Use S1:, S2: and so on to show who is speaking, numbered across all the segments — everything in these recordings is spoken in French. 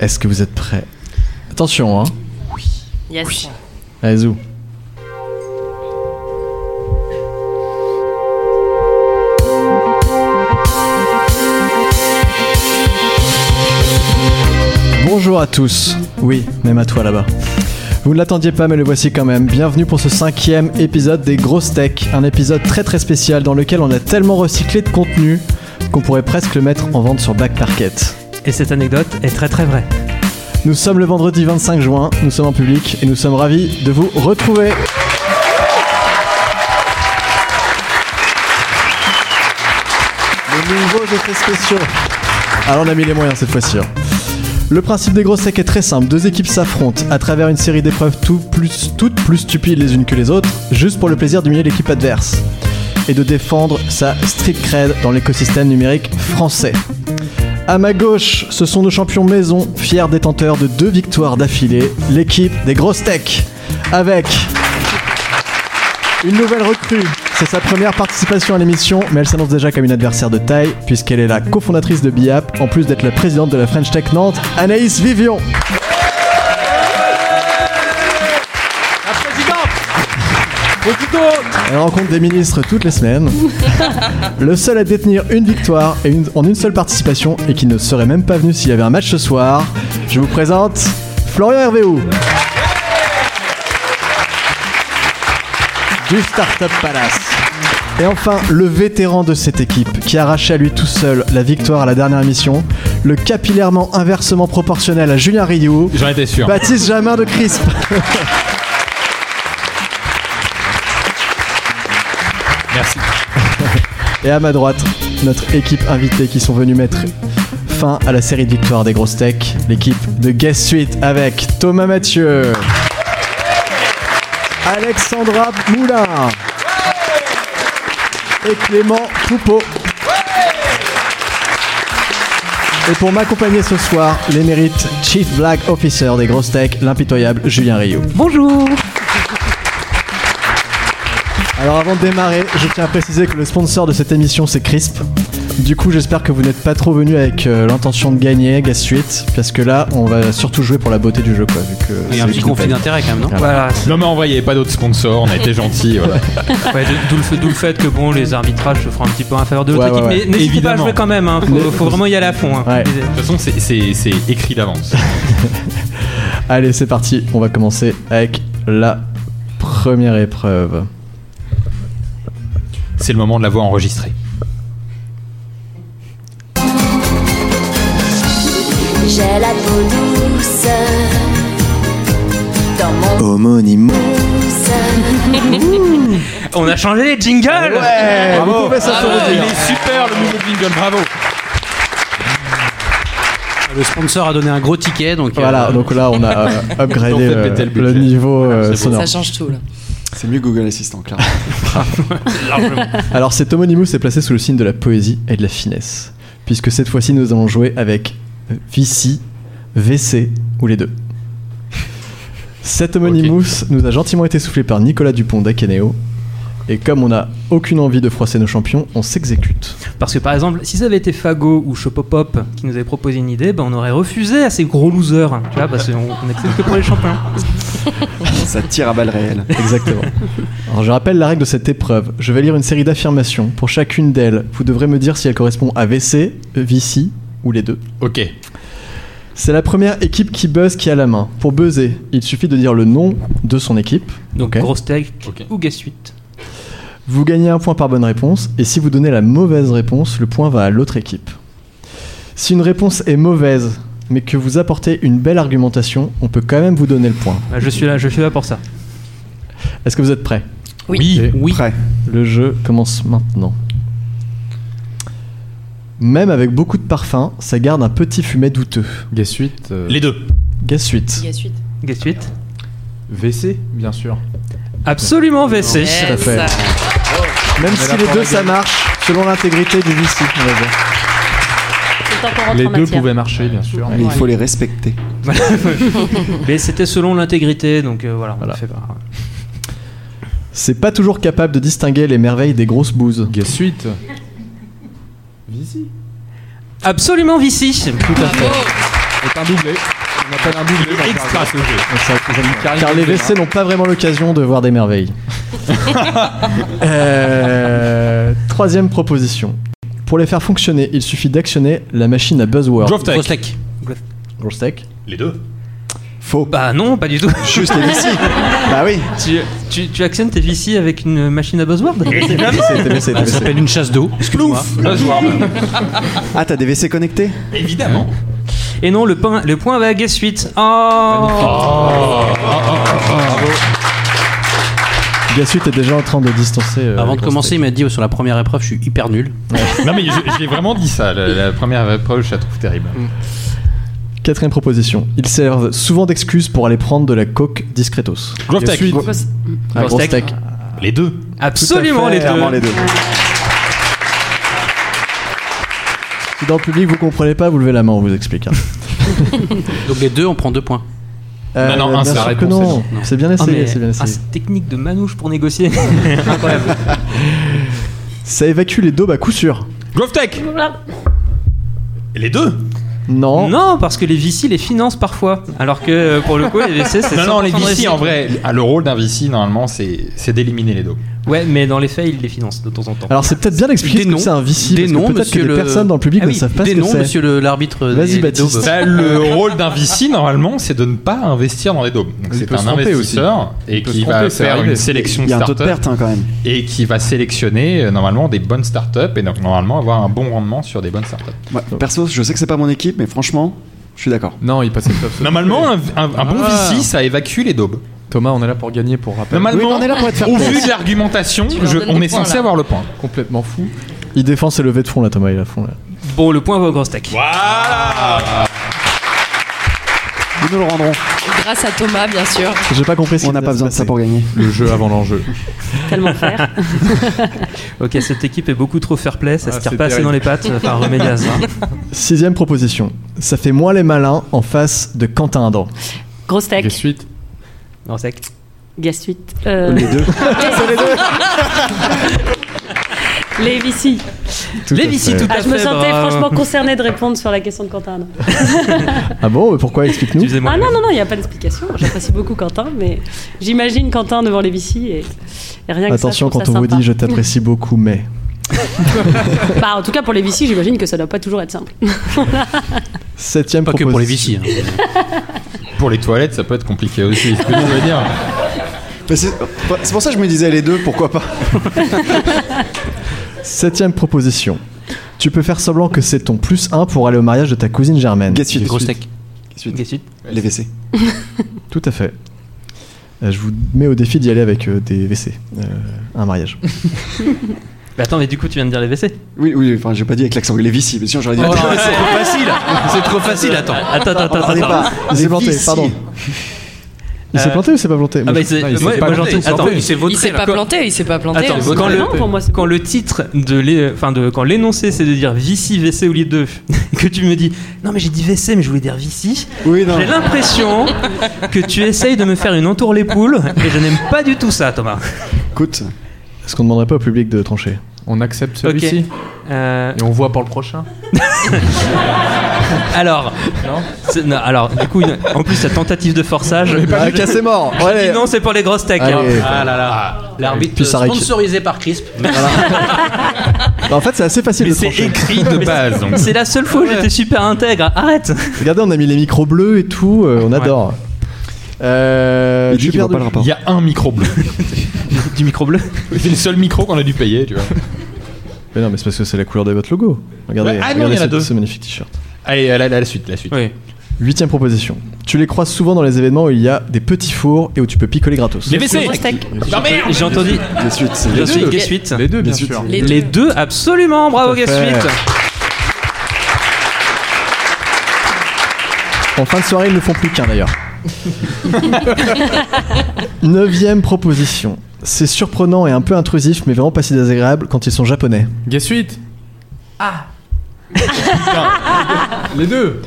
S1: Est-ce que vous êtes prêts Attention, hein
S2: Yes.
S1: Allez, zou. Bonjour à tous. Oui, même à toi là-bas. Vous ne l'attendiez pas, mais le voici quand même. Bienvenue pour ce cinquième épisode des Grosses Tech, un épisode très très spécial dans lequel on a tellement recyclé de contenu qu'on pourrait presque le mettre en vente sur Back Market.
S3: Et cette anecdote est très très vraie.
S1: Nous sommes le vendredi 25 juin, nous sommes en public et nous sommes ravis de vous retrouver. Les nouveaux effets spéciaux. Alors Ah, on a mis les moyens cette fois-ci. hein. Le principe des grosses secs est très simple, deux équipes s'affrontent à travers une série d'épreuves tout plus- toutes plus stupides les unes que les autres, juste pour le plaisir d'humilier l'équipe adverse et de défendre sa street cred dans l'écosystème numérique français. À ma gauche, ce sont nos champions maison, fiers détenteurs de deux victoires d'affilée, l'équipe des grosses techs. Avec une nouvelle recrue. C'est sa première participation à l'émission, mais elle s'annonce déjà comme une adversaire de taille, puisqu'elle est la cofondatrice de BIAP, en plus d'être la présidente de la French Tech Nantes, Anaïs Vivion. Elle rencontre des ministres toutes les semaines. Le seul à détenir une victoire et une- en une seule participation et qui ne serait même pas venu s'il y avait un match ce soir, je vous présente Florian Hervéou. Du Startup Palace. Et enfin, le vétéran de cette équipe qui arrachait à lui tout seul la victoire à la dernière émission, le capillairement inversement proportionnel à Julien Rioux,
S4: J'en étais sûr.
S1: Baptiste Jamin de Crisp.
S4: Merci.
S1: Et à ma droite, notre équipe invitée qui sont venus mettre fin à la série de victoires des grosses techs, l'équipe de Guest Suite avec Thomas Mathieu, Alexandra Moulin et Clément Poupeau. Et pour m'accompagner ce soir, l'émérite Chief Black Officer des grosses techs, l'impitoyable Julien Rio.
S3: Bonjour
S1: Alors avant de démarrer, je tiens à préciser que le sponsor de cette émission c'est Crisp. Du coup, j'espère que vous n'êtes pas trop venu avec euh, l'intention de gagner Gas Suite, parce que là, on va surtout jouer pour la beauté du jeu, quoi. Vu que
S5: Il y
S1: c'est
S5: a un
S1: lui
S5: petit
S1: qui nous
S5: conflit
S1: paye.
S5: d'intérêt quand même, non
S3: Voilà,
S4: Non mais en vrai, il n'y avait pas d'autres sponsors, on a été gentils. Voilà.
S3: ouais, d'o- d'où le, fait- d'où le fait que bon, les arbitrages se feront un petit peu en faveur de l'autre
S1: Ouais,
S3: équipe.
S1: ouais, ouais.
S3: Mais n'hésitez pas à
S4: Évidemment.
S3: jouer quand même, hein. faut, faut vraiment y aller à fond. hein.
S1: Ouais.
S4: De toute façon, c'est- c'est c'est écrit d'avance.
S1: Allez, c'est parti. On va commencer avec la première épreuve.
S4: C'est le moment de l'avoir enregistré.
S6: J'ai la peau douce dans mon
S1: Homonimo.
S6: pouce.
S3: On a changé les jingles
S1: Ouais, vous pouvez ça sur vos
S4: il
S1: dires.
S4: est super le nouveau jingle, bravo.
S5: Le sponsor a donné un gros ticket, donc. euh,
S1: Voilà, donc là, on a euh, upgradé
S4: Ils ont fait
S1: euh,
S4: péter le
S1: le
S4: budget.
S1: niveau euh,
S4: c'est beau.
S1: sonore.
S2: Ça change tout là.
S7: C'est mieux que Google Assistant, clairement.
S1: Alors cet homonymous est placé sous le signe de la poésie et de la finesse, puisque cette fois-ci nous allons jouer avec Vici, VC ou les deux. Cet homonymous nous a gentiment été soufflé par Nicolas Dupont d'Akeneo, et comme on n'a aucune envie de froisser nos champions, on s'exécute.
S3: Parce que par exemple, si ça avait été Fago ou Chopopop qui nous avaient proposé une idée, ben, on aurait refusé à ces gros losers. hein, Tu vois, parce qu'on on accepte que pour les champions.
S7: Ça tire à balles réelles.
S1: Exactement. Alors je rappelle la règle de cette épreuve. Je vais lire une série d'affirmations. Pour chacune d'elles, vous devrez me dire si elle correspond à VC, Vici ou les deux.
S4: Ok.
S1: C'est la première équipe qui buzz qui a la main. Pour buzzer, il suffit de dire le nom de son équipe.
S3: Donc
S1: Ok.
S3: grosse tech
S4: Ok.
S3: ou gas suite.
S1: Vous gagnez un point par bonne réponse, et si vous donnez la mauvaise réponse, le point va à l'autre équipe. Si une réponse est mauvaise, mais que vous apportez une belle argumentation, on peut quand même vous donner le point.
S3: Ah, Je suis là, je suis là pour ça.
S1: Est-ce que vous êtes prêts
S2: Oui.
S1: Et
S5: Oui.
S7: Prêt.
S1: Le jeu commence maintenant. Même avec beaucoup de parfums, ça garde un petit fumet douteux.
S8: Gas suite,
S4: Les deux.
S1: Gas suite.
S2: La suite.
S3: Gas suite.
S8: VC, bien sûr.
S3: Absolument VC.
S1: à fait.
S2: ça.
S1: Même
S8: Mais
S1: si
S8: la
S1: les
S8: forme
S1: deux
S8: est
S1: ça
S8: bien.
S1: marche, selon l'intégrité du VC, on va dire.
S2: C'est le temps qu'on rentre
S8: Les
S2: en
S8: deux
S2: matière.
S8: pouvaient marcher, bien sûr.
S7: Mais il faut les respecter.
S3: Mais c'était selon l'intégrité, donc euh, voilà, on
S1: Voilà.
S3: fait pas.
S1: C'est pas toujours capable de distinguer les merveilles des grosses bouses.
S8: Gas suite. VC
S3: Absolument Vici. Tout à fait.
S8: C'est un doublé. On appelle un doublé. dans le
S4: Extra ce jeu.
S8: jargon.
S1: Car les
S4: hein.
S1: WC n'ont pas vraiment l'occasion de voir des merveilles. Euh, troisième proposition. Pour les faire fonctionner, il suffit d'actionner la machine à buzzword.
S4: Drovtek.
S5: Grosslec.
S1: Grosse tech.
S4: Les deux.
S7: Faux.
S3: Bah non, pas du tout.
S7: Juste les ici. bah oui.
S3: tu, tu, tu actionnes tes VC avec une machine à buzzword Bah,
S1: TBC, TBC,
S5: Ça
S1: TBC.
S5: s'appelle une chasse d'eau.
S7: Ah, t'as des WC connectés
S4: Évidemment.
S3: Et non, le, pain, le point va à Guess Suite. Oh
S1: Gassu, t'es déjà en train de distancer. euh,
S5: Avant
S1: les
S5: de
S1: grosses
S5: commencer, il m'a dit oh, sur la première épreuve, je suis hyper nul.
S4: Non mais je- j'ai vraiment dit ça. La, la première épreuve, je la trouve terrible.
S3: Mm.
S1: têtes. Quatrième proposition. Ils servent souvent d'excuses pour aller prendre de la coke discretos.
S4: Grove Tech.
S1: Ensuite, un
S3: Grosse
S1: grosse
S3: tech.
S1: tech.
S4: Les deux.
S3: Absolument les
S7: Clairement les
S3: deux.
S7: deux.
S1: Si dans le public vous comprenez pas, vous levez la main, on vous explique. hein.
S5: Donc les deux, on prend deux points.
S3: Bah
S1: Euh,
S4: non, un,
S1: bien
S4: c'est la
S1: sûr que
S4: réponse,
S1: non.
S5: non.
S1: C'est bien
S3: Ah,
S1: essayé,
S3: mais-
S1: c'est bien
S3: ah,
S1: essayé.
S3: cette technique de manouche pour négocier. Incroyable.
S1: Ça évacue les daubes à coup sûr.
S4: Grove Tech. Les deux.
S1: Non.
S3: Non, parce que les VC les financent parfois. Alors que euh, pour le coup, les VC, c'est
S4: Non, non, les
S3: 100% de
S4: VC,
S3: réussite.
S4: en vrai, ah, le rôle d'un VC, normalement, c'est c'est d'éliminer les dos.
S3: Ouais, mais dans les faits, ils les financent de temps en temps.
S1: Alors c'est peut-être bien d'expliquer
S5: Des
S1: ce que
S5: noms.
S1: c'est un vici,
S5: Des
S1: parce que
S5: noms,
S1: peut-être que
S5: monsieur
S1: les
S5: le-
S1: personnes dans le public
S5: Ah
S1: ne
S5: oui,
S1: savent pas
S5: des
S1: ce que
S5: noms,
S1: c'est.
S5: monsieur le- l'arbitre. des-
S1: Vas-y,
S5: des
S1: Baptiste.
S5: daubes.
S4: Bah, le rôle d'un VC, normalement, c'est de ne pas investir dans les daubes. Donc,
S8: Il
S4: C'est
S8: peut
S4: un
S8: se tromper
S4: investisseur et
S8: Il peut
S4: qui
S8: se
S4: va
S8: tromper, c'est
S4: faire
S8: arrivé.
S4: une sélection
S7: Il
S4: de
S7: y a un taux de
S4: startups
S7: perte hein, quand même.
S4: et qui va sélectionner euh, normalement des bonnes startups et donc normalement avoir un bon rendement sur des bonnes startups.
S7: Moi, perso, je sais que c'est pas mon équipe, mais franchement, je suis d'accord.
S8: Non, il passe le top.
S4: Normalement, un, un- un bon
S8: Ah.
S4: VC, ça évacue les daubes.
S8: Thomas, on est là pour gagner, pour rappel.
S7: Oui,
S4: Normalement,
S7: mais on est là pour être fair
S4: au
S7: play.
S4: vu de l'argumentation,
S2: Tu leur
S4: je-
S2: donnes
S4: on
S2: des
S4: est
S2: points,
S4: censé
S2: là.
S4: avoir le point.
S8: Complètement fou.
S1: Il défend ses levées de fond là, Thomas, il a fond là.
S3: Bon, le point va au gros stack.
S4: Voilà
S7: Nous nous le rendrons.
S2: Grâce à Thomas, bien sûr.
S1: J'ai pas compris. ce
S7: On
S1: qui
S7: n'a pas
S1: venait
S7: besoin de
S1: se
S7: ça
S1: passer.
S7: pour gagner.
S8: Le jeu avant l'enjeu.
S2: Tellement faire.
S3: Ok, cette équipe est beaucoup trop fair play, ça
S8: Ah,
S3: se tire
S8: c'est
S3: pas assez
S8: terrible.
S3: dans les pattes, enfin hein. remédier à ça.
S1: Sixième proposition. Ça fait moins les malins en face de Quentin Adam.
S2: Grosse tech.
S8: Et suite.
S3: Non, sec.
S2: Gas suite. Euh,
S7: Les deux.
S2: les VC.
S3: Les VC tout à
S2: Ah,
S3: fait.
S2: je me sentais
S3: bravo.
S2: franchement concernée de répondre sur la question de Quentin. non.
S1: Ah bon mais Pourquoi Explique-nous.
S3: Excusez-moi.
S2: Ah non, non, non, il n'y a pas d'explication. J'apprécie beaucoup Quentin, mais j'imagine Quentin devant les VC et, et rien que ça, je
S1: Attention
S2: trouve
S1: quand
S2: ça
S1: on vous
S2: sympa.
S1: dit je t'apprécie beaucoup, mais.
S2: Bah, en tout cas, pour les VC, j'imagine que ça doit pas toujours être simple.
S1: Septième
S5: Pas que
S1: proposition.
S5: pour les vicis. hein.
S4: Pour les toilettes, ça peut être compliqué aussi. ce que je voulais dire.
S7: Mais C'est c'est pour ça que je me disais les deux, pourquoi pas
S1: Septième proposition. Tu peux faire semblant que c'est ton plus 1 pour aller au mariage de ta cousine Germaine.
S7: Guess suite.
S5: Grosse tech.
S7: Suite.
S3: Ok, suite.
S7: Les WC.
S1: Tout à fait. Euh, Je vous mets au défi d'y aller avec euh, des WC. euh, un mariage.
S3: Mais attends, mais du coup, tu viens de dire les WC
S7: Oui, oui, enfin, j'ai pas dit avec l'accent les vici, mais sinon j'aurais dit. Ah,
S5: Oh, non, mais c'est trop facile. C'est trop facile, attends.
S3: Attends, attends, attends.
S7: Attendez
S3: attends.
S7: pas.
S1: Il
S7: Les
S1: s'est planté,
S7: vici.
S1: pardon. Il s'est
S3: Euh,
S1: planté ou il s'est pas planté
S3: Ah
S1: Moi,
S3: bah,
S1: je-
S3: il s'est-
S8: Non, il s'est
S3: moi-
S8: pas
S3: moi,
S8: planté,
S3: j'entends-
S8: il s'est
S3: attends,
S8: planté.
S3: il s'est
S9: Il
S3: vautré,
S9: s'est
S3: là.
S9: pas planté, il s'est pas planté.
S3: Attends,
S9: C'est
S3: quand
S9: vraiment,
S3: le,
S2: pour moi, c'est
S3: quand le titre de l'é- enfin de quand l'énoncé c'est de dire Vici WC au lieu de que tu me dis non mais j'ai dit WC mais je voulais dire Vici
S7: Oui, non.
S3: j'ai l'impression que tu essayes de me faire une entour les poules et je n'aime pas du tout ça Thomas
S7: Écoute,
S1: Est-ce qu'on demanderait pas au public de trancher
S8: On accepte
S3: Ok.
S8: celui-ci.
S3: Euh,
S8: Et on voit pour le prochain.
S3: alors c'est- non, alors du coup une- en plus la tentative de forçage
S1: Ah, ok, c'est mort
S3: Dis
S1: Allez
S3: non c'est pour les grosses tech hein.
S1: Allez.
S5: Ah là là. L'arbitre
S1: Puis ça réc-
S5: sponsorisé par Crisp.
S1: Bah, En fait, c'est assez facile
S4: Mais
S1: de
S4: c'est
S1: trancher.
S4: écrit de
S8: Ah,
S4: base. donc.
S3: c'est la seule fois où j'étais super intègre arrête
S1: Regardez, on a mis les micros bleus et tout, euh, on adore. Euh,
S7: il dit qu'il
S1: Gilbert
S7: voit pas
S1: de-
S7: le rapport.
S4: Il y a un micro bleu.
S3: du micro bleu
S4: C'est le seul micro qu'on a dû payer, tu vois.
S1: Mais non, mais c'est parce que c'est la couleur de votre logo. Regardez,
S4: Ouais, ah non,
S1: regardez
S4: il y en a
S1: ce-
S4: deux.
S1: ce magnifique t-shirt.
S4: Allez, à la, la- la suite, la suite.
S5: Oui.
S1: Huitième proposition. Tu les croises souvent dans les événements où il y a des petits fours et où tu peux picoler gratos.
S4: Les WC
S2: Grosse tech.
S4: Non merde
S3: j'ai entendu
S7: Les suites, c'est
S3: je
S7: les
S3: suis
S7: deux.
S3: gay suite
S8: Les deux, bien
S7: suite.
S8: sûr.
S9: Les
S3: Les deux, absolument, bravo
S1: Tout à
S3: Gassuite
S1: fait. En fin de soirée, ils ne font plus qu'un d'ailleurs. Neuvième proposition. C'est surprenant et un peu intrusif, mais vraiment pas si désagréable quand ils sont japonais.
S8: Guess suite. Ah. les deux.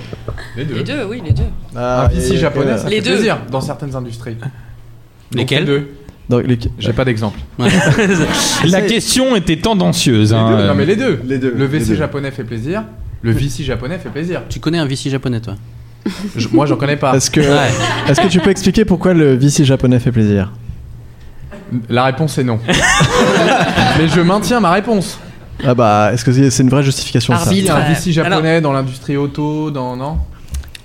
S8: Les deux. Ah,
S9: Les deux, oui, les deux.
S1: Ah,
S8: Un PC japonais, ça
S9: Les
S8: fait
S9: deux.
S8: plaisir dans certaines industries.
S5: Lesquelles
S8: Donc, les deux.
S1: Donc, les-
S8: J'ai pas d'exemple.
S4: La question était tendancieuse.
S8: Les
S4: hein,
S8: deux,
S4: euh,
S8: Non mais les deux.
S7: les deux,
S8: Le
S7: les
S8: VC
S7: deux.
S8: japonais fait plaisir. Le VC japonais fait plaisir.
S5: Tu connais un vici japonais, toi
S8: Je- moi, j'en connais pas.
S1: Est-ce que,
S5: Ouais.
S1: est-ce que tu peux expliquer pourquoi le VC japonais fait plaisir
S8: La réponse est non. Mais je maintiens ma réponse.
S1: Ah bah, est-ce que c'est une vraie justification de ça
S8: Il y a un
S3: Ouais.
S8: VC japonais dans l'industrie auto, dans. Non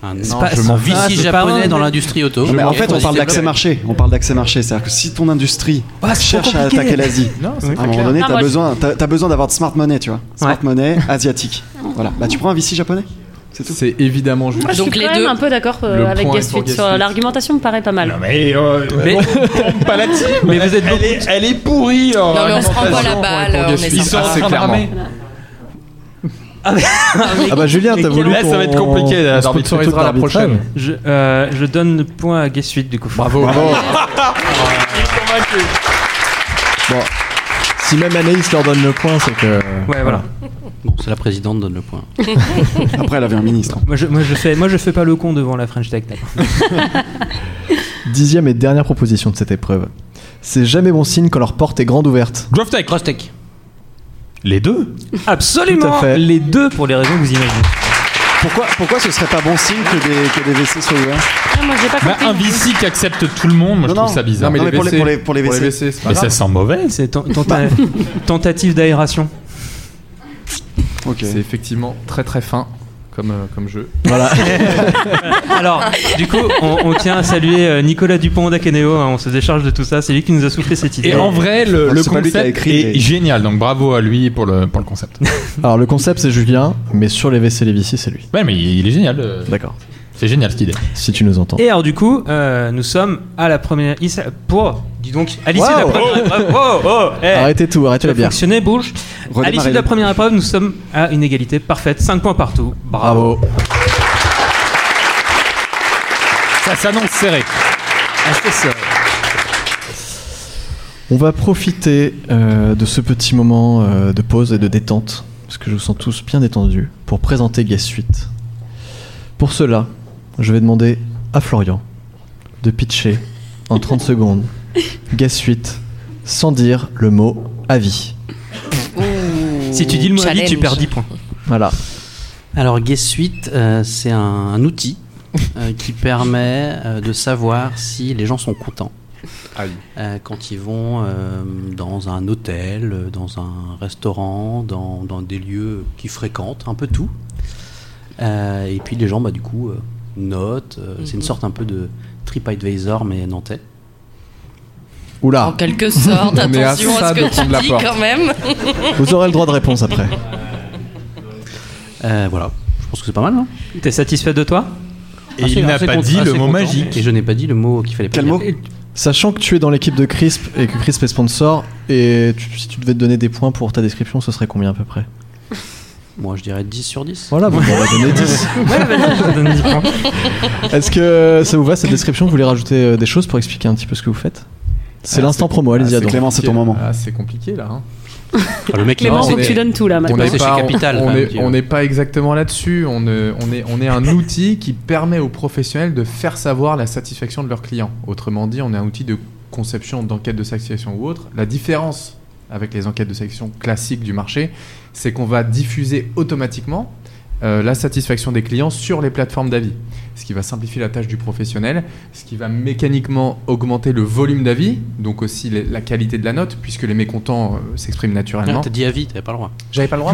S5: Un
S8: Non,
S3: pas-
S8: je
S5: un
S8: m'en
S3: Ah,
S5: VC
S3: c'est pas
S5: japonais
S3: un-
S5: dans l'industrie auto.
S7: Non, mais en
S5: Ok,
S7: fait, on
S5: vas-y,
S7: parle d'accès
S5: développe.
S7: marché. On parle d'accès marché. C'est-à-dire que si ton industrie
S3: Ah, c'est
S7: cherche
S3: trop
S7: à
S3: compliqué.
S7: attaquer l'Asie,
S8: Non,
S7: à
S8: c'est
S7: un moment donné,
S2: Ah,
S7: t'as
S2: moi, je-
S7: besoin, t'as- t'as besoin d'avoir de smart money, tu vois. Smart
S3: Ouais.
S7: money asiatique. Voilà. Bah, tu prends un VC japonais. C'est tout.
S8: C'est évidemment juste.
S2: Moi, je
S9: Donc,
S2: suis
S9: les
S2: quand même
S9: deux.
S2: un peu d'accord euh,
S8: Le
S2: avec
S8: point est
S2: Gaspard.
S8: pour
S2: sur
S8: Gaspard.
S2: L'argumentation me paraît pas mal.
S4: Non, mais. euh,
S3: Mais-
S4: on pompe pas la team
S3: Mais vous êtes
S4: elle,
S3: beaucoup-
S4: est, elle est pourrie euh, leur
S9: Non, mais on se prend pas la
S4: argumentation.
S9: balle, on est
S4: Ils sont
S9: sympa.
S4: en train de
S8: clairement.
S4: ramer.
S1: Ah bah, Julien, t'as voulu.
S4: Là, ça va être
S1: qu'on-
S4: compliqué,
S1: on
S4: d'arbitrer
S1: sponsorisera
S8: toute l'arbitrage.
S3: Je, euh, je donne le point à Gassuit du coup.
S8: Bravo.
S1: Si même Anaïs leur donne le point, c'est que.
S3: Ouais, voilà.
S5: Bon, c'est la présidente donne le point.
S7: Après, elle avait un ministre. hein.
S3: Moi je, moi, je fais, moi, je fais pas le con devant la French Tech. d'accord.
S1: Dixième et dernière proposition de cette épreuve. C'est jamais bon signe quand leur porte est grande ouverte.
S5: GrowthTech. GrowthTech.
S4: Les deux
S1: Tout à
S3: Absolument
S1: fait.
S3: Les deux pour les raisons que vous imaginez.
S7: Pourquoi, pourquoi ce serait pas bon signe que des, que des WC soient ouverts
S2: Ah, moi, j'ai pas
S4: bah,
S2: compris.
S4: Un VC qui accepte tout le monde, moi je
S7: Non,
S4: trouve
S7: non.
S4: ça
S8: Non,
S4: bizarre.
S8: mais,
S7: Non,
S8: les
S7: mais pour les-
S8: WC,
S7: pour les- pour les WC. Bah.
S8: c'est
S4: Mais
S8: pas
S4: ça
S8: grave.
S4: sent mauvais.
S3: C'est ten- tenta- tentative d'aération.
S7: Ok.
S8: C'est effectivement très très fin comme, euh, comme jeu.
S1: Voilà.
S3: Alors, du coup, on, on tient à saluer euh, Nicolas Dupont d'Akeneo, hein, on se décharge de tout ça, c'est lui qui nous a soufflé cette idée.
S4: Et en vrai, le,
S7: Ah, C'est
S4: le
S7: pas lui qui a
S4: concept
S7: écrit,
S4: est
S7: mais-
S4: génial, donc bravo à lui pour le, pour le concept.
S1: Alors le concept c'est Julien, mais sur les WC les VC c'est lui.
S4: ouais, mais il est génial. euh,
S1: D'accord.
S4: C'est génial cette idée.
S1: Si tu nous entends.
S3: Et alors du coup, euh, nous sommes à la première... Issa- Oh, dis donc, à l'issue de la
S1: Wow.
S3: première épreuve... Oh, oh, eh,
S1: Arrêtez tout, arrêtez
S3: ça
S1: la
S3: a
S1: bière.
S3: fonctionné, bouge. À l'issue de la
S7: Redémarrer.
S3: première épreuve, nous sommes à une égalité parfaite, 5 points partout. Bravo.
S1: Bravo.
S4: Ça s'annonce serré.
S3: Assez serré.
S1: On va profiter euh, de ce petit moment euh, de pause et de détente, parce que je vous sens tous bien détendus, pour présenter Guest Suite. Pour cela, je vais demander à Florian de pitcher en 30 secondes Guest Suite sans dire le mot avis.
S3: Si tu dis le mot avis, tu
S9: Challenge.
S3: perds 10 points.
S1: Voilà.
S5: Alors, Guess Suite, euh, c'est un, un outil euh, qui permet euh, de savoir si les gens sont contents.
S8: Aïe.
S5: Euh, quand ils vont euh, dans un hôtel, euh, dans un restaurant, dans, dans des lieux qu'ils fréquentent, un peu tout. Euh, et puis les gens, bah, du coup, euh, notent. euh, C'est
S9: Mhm.
S5: une sorte un peu de TripAdvisor, mais nantais.
S1: Oula,
S9: En quelque sorte,
S8: On est à
S9: attention à
S8: ça
S9: ce
S8: de prendre
S9: que
S8: la
S9: tu dis
S8: porte.
S9: quand même.
S1: vous aurez le droit de réponse après.
S5: Euh, voilà, je pense que c'est pas mal, non Ah,
S3: T'es satisfait de toi
S9: Ah,
S4: Et il n'a pas dit le mot magique.
S5: Et je n'ai pas dit le mot qu'il fallait pas
S7: Quel
S5: dire.
S7: mot
S1: Sachant que tu es dans l'équipe de Crisp et que Crisp est sponsor, et tu- si tu devais te donner des points pour ta description, ce serait combien à peu près
S5: Moi, je dirais 10 sur 10.
S1: Voilà, bon, on va donner 10.
S3: Ouais, vas-y, je te donne 10 points.
S1: Est-ce que ça vous va cette description Vous voulez rajouter euh, des choses pour expliquer un petit peu ce que vous faites C'est
S8: Ah,
S1: l'instant
S8: c'est-
S1: promo, allez-y
S7: c'est
S1: Adam.
S7: clair. Clément, c'est ton moment.
S8: Ah, c'est compliqué là. hein.
S5: Ah, le mec, il
S2: Clément,
S5: est-
S2: faut que
S8: mais-
S2: tu donnes tout là
S8: On
S2: maintenant.
S8: n'est
S5: passé
S8: pas,
S5: chez Capital,
S8: on-
S5: quand
S8: on
S5: même,
S8: est-
S5: tu
S8: on
S5: vois.
S8: n'est pas exactement là-dessus. On, euh, on est, on est un outil qui permet aux professionnels de faire savoir la satisfaction de leurs clients. Autrement dit, on est un outil de conception d'enquête de satisfaction ou autre. La différence avec les enquêtes de satisfaction classiques du marché, c'est qu'on va diffuser automatiquement euh, la satisfaction des clients sur les plateformes d'avis, ce qui va simplifier la tâche du professionnel, ce qui va mécaniquement augmenter le volume d'avis, donc aussi les- la qualité de la note, puisque les mécontents euh, s'expriment naturellement.
S5: T'as dit avis, t'avais pas le droit.
S8: J'avais pas le droit.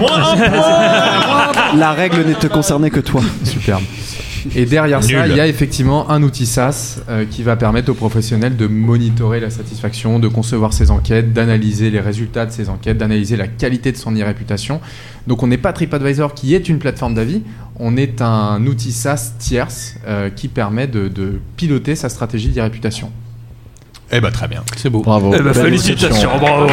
S7: La règle ne te concernait que toi.
S8: Superbe. Et derrière ça,
S4: Nul.
S8: il y a effectivement un outil SaaS euh, qui va permettre aux professionnels de monitorer la satisfaction, de concevoir ses enquêtes, d'analyser les résultats de ses enquêtes, d'analyser la qualité de son e-réputation. Donc on n'est pas TripAdvisor qui est une plateforme d'avis, on est un outil SaaS tierce euh, qui permet de, de piloter sa stratégie d'e-réputation.
S4: Eh bah très bien.
S5: C'est beau.
S1: Bravo.
S3: Eh ben,
S1: Belle description.
S3: félicitations, bravo.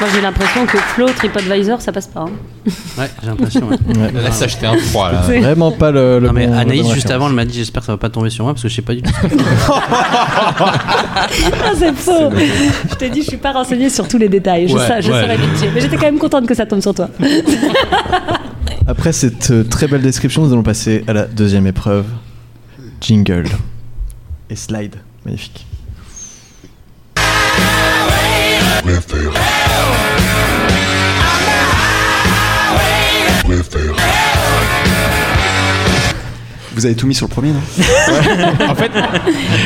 S2: Moi, j'ai l'impression que Flo, TripAdvisor, ça passe pas. hein.
S5: Ouais, j'ai l'impression. ouais.
S1: Ouais.
S4: Là, s'acheter un froid. là.
S1: Vraiment pas le, le
S5: Non, mais
S1: bon-
S5: Anaïs,
S1: la bonne
S5: juste
S1: référence.
S5: avant, elle m'a dit J'espère que ça va pas tomber sur moi parce que je sais pas du tout.
S2: Ah, c'est faux Je t'ai dit, je suis pas renseignée sur tous les détails. Je,
S4: Ouais,
S2: sa- je
S4: ouais.
S2: saurais pitcher. Mais j'étais quand même contente que ça tombe sur toi.
S1: Après cette euh, très belle description, nous allons passer à la deuxième épreuve. Jingle. Et slide. Magnifique.
S10: préfère. Préfère.
S7: Vous avez tout mis sur le premier, non
S4: En fait,
S9: Ah,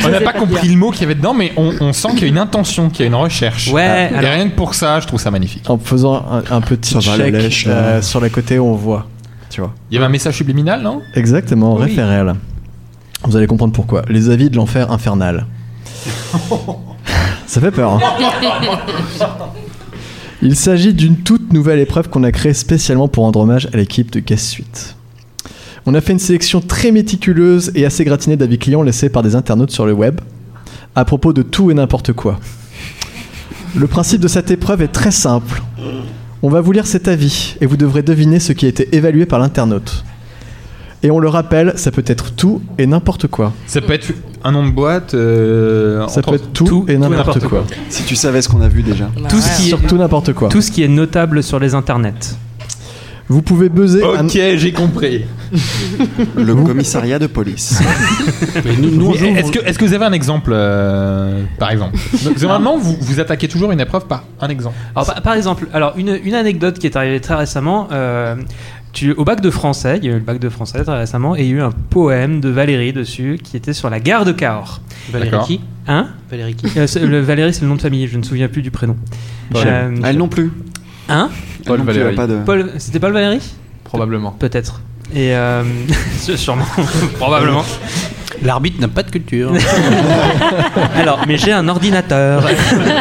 S4: on n'a pas compris le mot qu'il y avait dedans, mais on, on sent qu'il y a une intention, qu'il y a une recherche.
S3: Ouais,
S4: Et
S3: alors-
S4: rien que pour ça, je trouve ça magnifique.
S1: En faisant un, un petit
S7: Ça va, la
S1: check
S7: lèche,
S1: euh,
S7: là.
S1: sur la côté où on voit. Tu vois.
S4: Il y avait un message subliminal, non
S1: Exactement,
S3: Oui.
S1: référel. Vous allez comprendre pourquoi. Les avis de l'enfer infernal. Ça fait peur. hein. Il s'agit d'une toute nouvelle épreuve qu'on a créée spécialement pour rendre hommage à l'équipe de Guest Suite. On a fait une sélection très méticuleuse et assez gratinée d'avis clients laissés par des internautes sur le web à propos de tout et n'importe quoi. Le principe de cette épreuve est très simple. On va vous lire cet avis et vous devrez deviner ce qui a été évalué par l'internaute. Et on le rappelle, ça peut être tout et n'importe quoi.
S4: Ça peut être un nom de boîte. euh,
S1: Ça
S4: entre-
S1: peut être tout,
S3: tout
S1: et
S3: et
S1: n'importe
S3: n'importe
S1: quoi.
S7: Si tu savais ce qu'on a vu déjà.
S9: Bah,
S3: Tout
S9: ouais.
S3: ce qui est,
S1: Surtout n'importe quoi.
S3: tout ce qui est notable sur les internets.
S1: Vous pouvez buzzer. un-
S4: Ok, j'ai compris.
S7: Le commissariat de police.
S5: Mais nous, nous, on joue-
S4: Est-ce que, est-ce que vous avez un exemple, euh, par exemple Parce que Normalement, vous, vous attaquez toujours une épreuve par un exemple.
S3: Alors, par, par exemple, alors une, une anecdote qui est arrivée très récemment. euh, tu, au bac de français, il y a eu le bac de français très récemment, et il y a eu un poème de Valérie dessus qui était sur la gare de Cahors.
S4: D'accord.
S5: Valérie qui
S3: Hein
S5: Valérie qui
S3: Euh, c'est- le Valérie, c'est le nom de famille, je ne me souviens plus du prénom. Euh,
S7: Ah, Elle non plus.
S3: Hein
S7: Elle
S8: Paul
S7: non plus,
S8: Valéry.
S7: elle a pas de-
S3: Paul, c'était Paul Valérie
S8: probablement.
S3: Peut-être. Et euh, sûrement, probablement.
S5: L'arbitre n'a pas de culture.
S3: Alors, mais j'ai un ordinateur.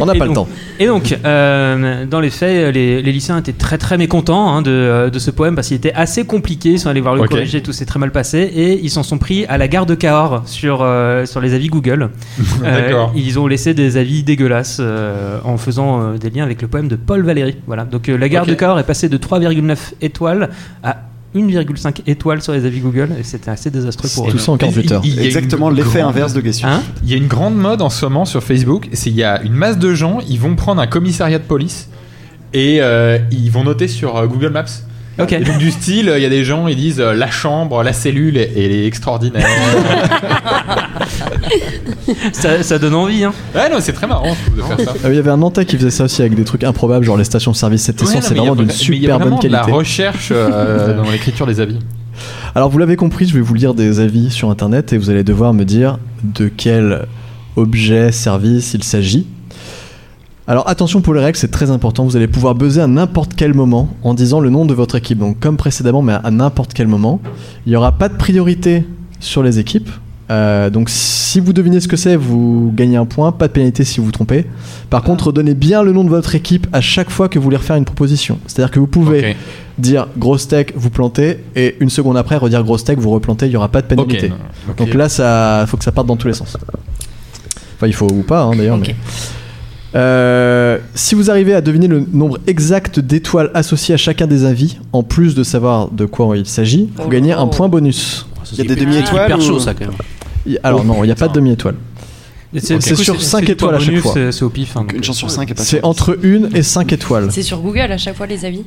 S1: On n'a
S3: Et
S1: pas le
S3: donc-
S1: temps.
S3: Et donc, euh, dans les faits, les, les lycéens étaient très très mécontents hein, de, euh, de ce poème parce qu'il était assez compliqué. Ils sont allés voir le
S4: Ok.
S3: collège et tout s'est très mal passé. Et ils s'en sont pris à la gare de Cahors sur, euh, sur les avis Google. Euh,
S4: D'accord.
S3: ils ont laissé des avis dégueulasses euh, en faisant euh, des liens avec le poème de Paul Valéry. Voilà. Donc, euh, la gare
S4: Ok.
S3: de Cahors est passée de 3,9 étoiles à 1,5 étoiles sur les avis Google. Et c'était assez désastreux pour eux.
S1: Tout ça en 48 heures.
S4: Il y a une
S7: Exactement l'effet
S4: grande-
S7: inverse de Guessu.
S3: Hein
S4: Il y a une grande mode en ce moment sur Facebook, c'est il y a une masse de gens, ils vont prendre un commissariat de police et euh, ils vont noter sur euh, Google Maps.
S3: Ok.
S4: Et donc, du style, euh, il y a des gens, ils disent euh, la chambre, la cellule, et- elle est extraordinaire.
S3: ça, ça donne envie. Hein.
S4: ouais, non, c'est très marrant je trouve, de faire ça.
S1: Ah oui, Il y avait un Nantais qui faisait ça aussi avec des trucs improbables, genre les stations-service. Cette
S4: Ouais,
S1: session,
S4: non,
S1: c'est
S4: mais il y a vra- mais il y a
S1: vraiment d'une super bonne
S4: vraiment de
S1: qualité.
S4: la recherche euh, dans l'écriture des avis.
S1: Alors, vous l'avez compris, je vais vous lire des avis sur internet et vous allez devoir me dire de quel objet, service il s'agit. Alors, attention pour les règles, c'est très important. Vous allez pouvoir buzzer à n'importe quel moment en disant le nom de votre équipe. Donc, comme précédemment, mais à n'importe quel moment. Il n'y aura pas de priorité sur les équipes. Euh, donc, si vous devinez ce que c'est, vous gagnez un point. Pas de pénalité si vous vous trompez. Par
S4: Ah.
S1: contre, donnez bien le nom de votre équipe à chaque fois que vous voulez refaire une proposition. C'est-à-dire que vous pouvez
S4: Ok.
S1: dire grosse tech, vous plantez, et une seconde après redire grosse tech, vous replantez, il n'y aura pas de
S4: Ok,
S1: pénalité.
S4: non, ok.
S1: Donc là, ça faut que ça parte dans tous les sens. Enfin, il faut ou pas, hein, d'ailleurs.
S9: Ok.
S1: mais- Euh, si vous arrivez à deviner le nombre exact d'étoiles associées à chacun des avis, en plus de savoir de quoi il s'agit, vous
S9: Oh
S1: gagnez
S9: là.
S1: un point bonus.
S3: Ah,
S5: Il
S7: y a des demi-étoiles
S5: Hyper
S7: ou-
S5: chaud ça quand même.
S1: Y- Alors non, il n'y a pas de demi-étoile.
S3: Et Oh, C'est
S1: Ok.
S3: du coup,
S1: sur cinq
S3: du
S1: étoiles
S3: point
S1: à chaque
S3: bonus,
S1: fois.
S3: C'est c'est au pif. hein, donc.
S7: Une chance sur cinq est pas
S1: C'est
S7: sur-
S1: entre une et cinq étoiles.
S9: C'est sur Google à chaque fois les avis.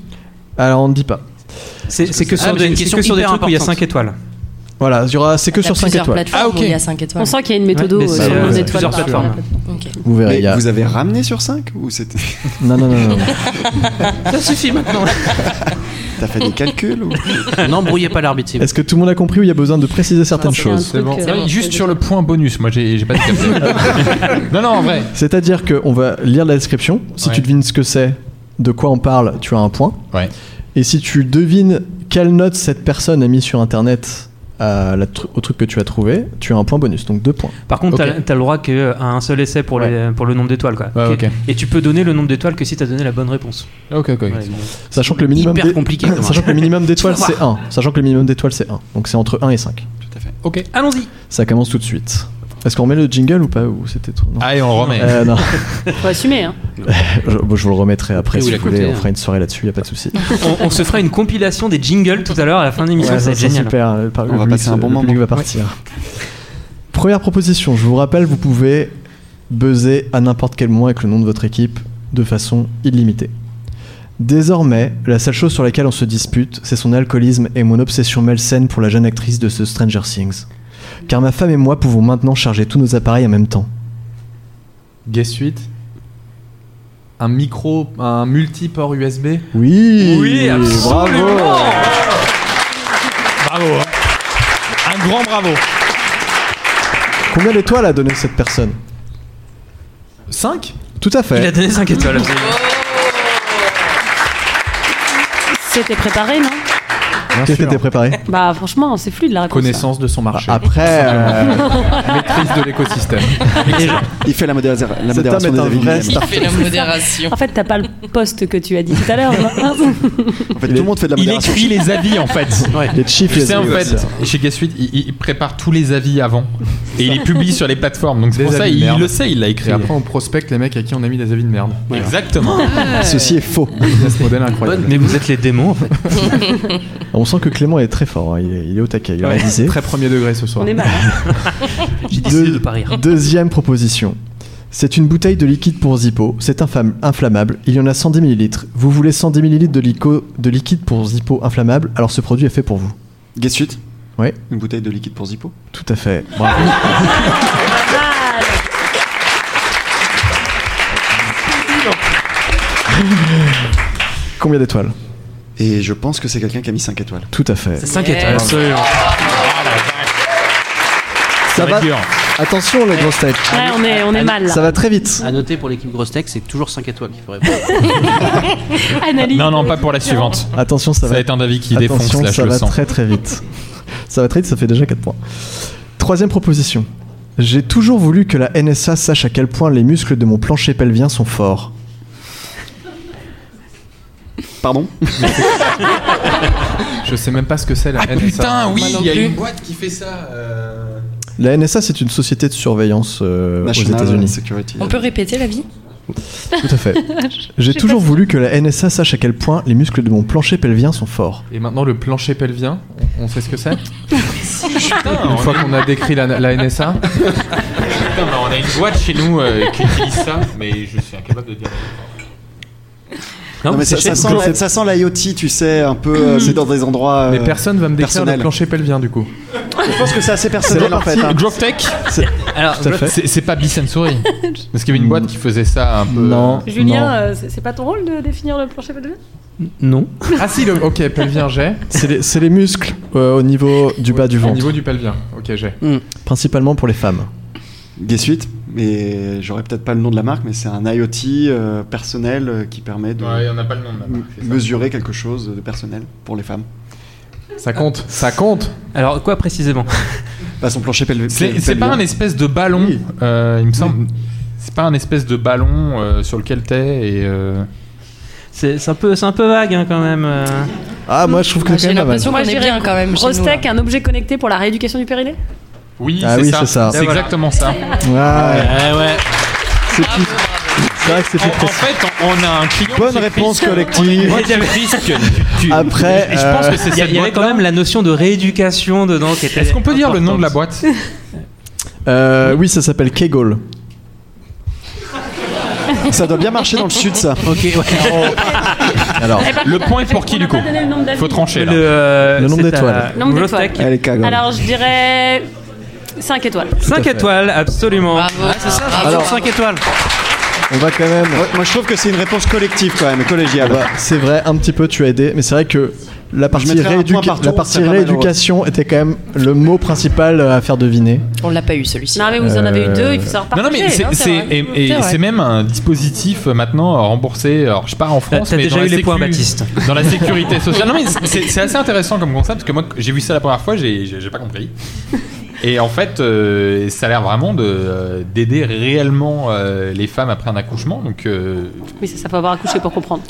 S1: Alors on ne dit pas.
S3: C'est c'est que,
S5: Ah,
S3: sur
S5: mais
S3: des,
S5: une
S3: c'est
S5: question
S3: que sur des
S5: hyper
S3: trucs où il y a 5
S5: importante.
S3: étoiles.
S1: Voilà, il y aura- c'est que
S9: Il y a
S1: sur 5
S9: plusieurs
S1: étoiles.
S9: plateformes
S4: Ah, ok.
S9: où il y a 5 étoiles.
S2: On sent qu'il y a une méthode
S3: Ouais, mais
S2: euh,
S3: c'est,
S2: sur
S1: euh,
S2: nos étoiles.
S3: plusieurs
S2: par
S3: plateformes.
S2: rapport
S9: Ok.
S1: Vous verrez,
S7: Mais
S1: il y a...
S7: vous avez ramené sur 5 ou c'était.
S1: Non, non, non, non. non.
S5: Ça suffit maintenant.
S7: T'as fait des calculs ou...
S5: N'embrouillez pas l'arbitre. s'il vous
S1: Est-ce que tout le monde a compris ou il y a besoin de préciser certaines
S2: c'est bien.
S1: choses
S4: C'est bon.
S2: truc, euh,
S4: Non, mais
S2: c'est
S4: Juste sur le point bonus, moi j'ai j'ai pas de Non, non, en vrai.
S1: C'est-à-dire qu'on va lire la description. Si
S4: Ouais.
S1: tu devines ce que c'est, de quoi on parle, tu as un point.
S4: Ouais.
S1: Et si tu devines quelle note cette personne a mis sur internet à la tru- au truc que tu as trouvé, tu as un point bonus, donc deux points.
S3: Par contre,
S4: Ok.
S3: t'as- t'as le droit qu'à un seul essai pour, les- pour le nombre d'étoiles. quoi.
S4: Ouais,
S3: Ok.
S4: ok.
S3: Et tu peux donner le nombre d'étoiles que si t'as donné la bonne réponse.
S4: Ah, Ok, ok.
S3: Ouais, bon.
S1: Sachant que le minimum
S5: Hyper
S1: d'é-
S5: compliqué, Thomas.
S1: sachant que le minimum d'étoiles c'est 1. Sachant que le minimum d'étoiles c'est 1. Donc c'est entre 1 et 5.
S4: Ok.
S3: Allons-y
S1: Ça commence tout de suite. Est-ce qu'on met le jingle ou pas ou c'était trop non.
S4: Allez, on remet.
S1: Euh, non.
S2: Faut assumer. Hein.
S1: Je, bon, je vous le remettrai après
S5: Oui,
S1: si
S5: oui,
S1: vous
S5: la
S1: voulez,
S4: hein.
S5: côté,
S1: on fera une soirée là-dessus, y a pas de souci.
S3: on, on se fera une compilation des jingles tout à l'heure à la fin de l'émission,
S1: Ouais,
S3: ça va
S1: ça,
S3: être
S1: c'est
S3: génial.
S1: super. Le, par-
S7: On
S1: le
S7: va
S1: public,
S7: passer un
S1: se-
S7: bon
S1: le
S7: moment.
S1: public va partir. Première proposition, je vous rappelle, vous pouvez buzzer à n'importe quel moment avec le nom de votre équipe de façon illimitée. Désormais, la seule chose sur laquelle on se dispute, c'est son alcoolisme et mon obsession malsaine pour la jeune actrice de ce Stranger Things. Car ma femme et moi pouvons maintenant charger tous nos appareils en même temps.
S8: Guess suite. Un micro, un multi port USB.
S1: Oui,
S3: Oui, absolument
S1: bravo.
S3: Bravo
S4: grand bravo.
S1: Combien d'étoiles a donné cette personne
S4: 5
S1: Tout
S3: Il
S1: à
S3: a
S1: fait.
S3: donné 5 étoiles. absolument.
S2: C'était préparé, non
S1: Qui était préparé
S2: Bah franchement, c'est fluide la réponse. hein.
S8: Connaissance de son marché.
S1: Après, euh,
S8: Maîtrise de l'écosystème.
S7: Il fait la, modération- la
S1: Cet homme
S7: modération
S1: est
S7: des
S1: un
S7: avis.
S1: vrai
S7: du
S9: Il
S7: game.
S9: fait la modération.
S2: En fait, t'as pas le poste que tu as dit tout à l'heure. non
S7: En fait, tout le monde fait de la
S4: Il
S7: modération.
S4: écrit les avis en fait.
S1: les chiffs,
S4: Tu sais, en
S1: les-
S4: fait, chez Gassuite, il, il prépare tous les avis avant et il les publie sur les plateformes. Donc c'est
S8: Des
S4: pour ça,
S8: avis de
S4: il
S8: merde.
S4: le sait, il l'a écrit.
S8: Et après, on prospecte les mecs à qui on a mis des avis de merde.
S4: Exactement.
S1: ceci est faux.
S8: Business model incroyable.
S3: Mais vous êtes les démons en fait.
S1: Ah, On sent que Clément est très fort, hein, il, est, il est au taquet, il a révisé.
S8: Très premier degré ce soir.
S2: On est mal. hein.
S3: J'ai
S1: Deux-
S3: décidé de pas rire.
S1: Deuxième proposition. C'est une bouteille de liquide pour Zippo, c'est infam- inflammable, il y en a 110 ml. Vous voulez 110 ml de, lico- de liquide pour Zippo inflammable, alors ce produit est fait pour vous.
S7: Guess suite
S1: Ouais.
S7: Une bouteille de liquide pour Zippo
S1: Tout à fait. Bravo. Combien d'étoiles
S7: Et je pense que c'est quelqu'un qui a mis 5 étoiles.
S1: Tout à fait.
S3: 5
S9: Yes.
S3: étoiles. Absolument.
S1: Ça
S4: va
S1: va.
S4: être dur.
S1: Attention les grosses têtes.
S2: Ouais, on est, on est mal. là.
S1: Ça va très vite.
S5: À noter pour l'équipe Grosse Tech, c'est toujours 5 étoiles qu'il faudrait prendre.
S2: Analyse.
S4: Non, non, pas pour la suivante.
S1: Attention, ça
S4: Ça va
S1: va.
S4: être un avis qui défonce,
S1: Attention,
S4: là, je
S1: ça
S4: le
S1: va
S4: sens.
S1: très très vite. Ça va très vite, ça fait déjà 4 points. Troisième proposition. J'ai toujours voulu que la NSA sache à quel point les muscles de mon plancher pelvien sont forts.
S7: Pardon
S8: Je sais même pas ce que c'est la
S4: Ah
S8: NSA.
S4: putain, oui,
S9: non
S4: il y a
S9: plus.
S4: une boîte qui fait ça. euh,
S1: La NSA, c'est une société de surveillance euh, aux
S7: National
S1: États-Unis.
S7: Security.
S9: On peut répéter la vie
S1: Tout à fait. J'ai toujours voulu que la NSA sache à quel point les muscles de mon plancher pelvien sont forts.
S8: Et maintenant, le plancher pelvien, on, on sait ce que c'est
S4: Putain,
S8: Une
S4: on,
S8: fois qu'on a décrit la, la NSA,
S4: putain, mais on a une boîte chez nous euh, qui utilise ça, mais je suis incapable de dire.
S3: Non,
S7: Non, mais
S3: mais
S7: ça,
S3: c'est
S7: ça
S3: chez-
S7: sent la- ça sent l'IoT, tu sais, un peu. euh, c'est dans des endroits. euh,
S8: mais personne va me décrire
S7: personnel.
S8: le plancher pelvien du coup.
S7: Je pense que c'est assez personnel en fait. hein.
S4: Grove Tech
S3: Alors,
S1: Tout à fait.
S4: C'est c'est pas Bissensory. Parce qu'il y avait une boîte qui faisait ça un peu.
S1: Non.
S2: Julien, euh, c'est c'est pas ton rôle de définir le plancher pelvien
S3: non.
S8: Ah si, le- ok, pelvien j'ai.
S1: C'est les, c'est les muscles euh, au niveau du bas du
S8: Au
S1: ventre,
S8: niveau du pelvien, ok j'ai.
S7: Hmm.
S1: principalement pour les femmes.
S7: Guess suite mais j'aurais peut-être pas le nom de la marque, mais c'est un IoT euh, personnel euh, qui permet de
S4: Ouais, on a pas le nom de la
S7: m-
S4: marque, c'est ça.
S7: mesurer quelque chose de personnel pour les femmes.
S8: Ça compte, ça compte
S3: Alors, quoi précisément
S7: Bah, son plancher pelvien.
S4: C'est c'est
S1: hein.
S4: pas un espèce de ballon, euh, il me semble. C'est pas un espèce de ballon euh, sur lequel t'es et. euh,
S3: C'est c'est un, peu- c'est un peu vague hein, quand même. euh.
S1: Ah, moi je trouve que
S9: Bah,
S1: c'est quand
S9: J'ai
S1: même pas mal.
S9: l'impression qu'on
S2: Moi,
S9: est
S2: j'irais
S9: bien quand même. chez nous, hein. là.
S2: Rostec, un objet connecté pour la rééducation du périnée
S4: Oui,
S1: Ah
S4: c'est
S1: oui,
S4: ça.
S1: c'est ça.
S4: C'est
S3: Et voilà.
S4: exactement ça.
S1: Ouais,
S4: Ouais, ouais.
S1: c'est plus- c'est vrai que c'est
S4: En,
S1: plus
S4: en
S1: précis.
S4: fait, on on a un client.
S1: Bonne
S4: qui est
S1: réponse
S4: triste.
S1: collective.
S4: On a une boîte qui est triste que tu- tu-
S1: Après,
S4: et je pense
S1: euh,
S4: que c'est
S3: Il y a-
S4: cette
S3: il y avait quand
S4: boîte-là.
S3: même la notion de rééducation dedans qui était.
S4: Est-ce qu'on peut dire le nom de la boîte
S1: Euh, oui, ça s'appelle Kegel.
S7: Ça doit bien marcher dans le sud, ça.
S3: Ok, ouais.
S1: Alors,
S2: Eh ben,
S4: Le point est pour qui du coup Faut trancher
S3: Le,
S4: là.
S3: euh,
S1: Le nombre
S3: c'est
S1: d'étoiles.
S3: à-
S2: Le nombre
S3: Growth
S2: d'étoiles.
S3: Tech.
S7: Allez, cague.
S2: Alors, je dirais 5 étoiles.
S3: 5
S1: fait.
S3: étoiles, absolument.
S9: Bravo. Bravo.
S1: Alors-
S3: 5 étoiles.
S1: on va quand même.
S7: Ouais, moi, je trouve que c'est une réponse collective quand même, collégiale.
S1: Bah, c'est vrai, un petit peu tu as aidé, mais c'est vrai que la partie,
S7: mettrais un point
S1: rééduca-
S7: par tour,
S1: la partie
S7: c'est pas
S1: rééducation était quand même le mot principal à faire deviner.
S9: On l'a pas eu celui-ci.
S2: Non, mais vous en avez eu
S1: Euh,
S2: deux, il faut savoir
S4: Non, non, mais
S2: partager,
S4: c'est-
S2: hein,
S4: c'est
S2: vrai.
S4: et- et
S9: C'est vrai.
S4: c'est même un dispositif euh, maintenant euh, remboursé. Alors, je sais pas en
S3: T'as
S4: France,
S3: t'as
S4: mais dans
S3: déjà
S4: la
S3: eu les
S4: sécu-
S3: points, Baptiste.
S4: Dans la sécurité sociale. Non, mais c'est c'est assez intéressant comme concept parce que moi, j'ai vu ça la première fois, j'ai j'ai- j'ai pas compris. Et en fait, euh, ça a l'air vraiment de, euh, d'aider réellement euh, les femmes après un accouchement. Donc, euh,
S2: Mais ça, ça faut avoir accouché pour comprendre.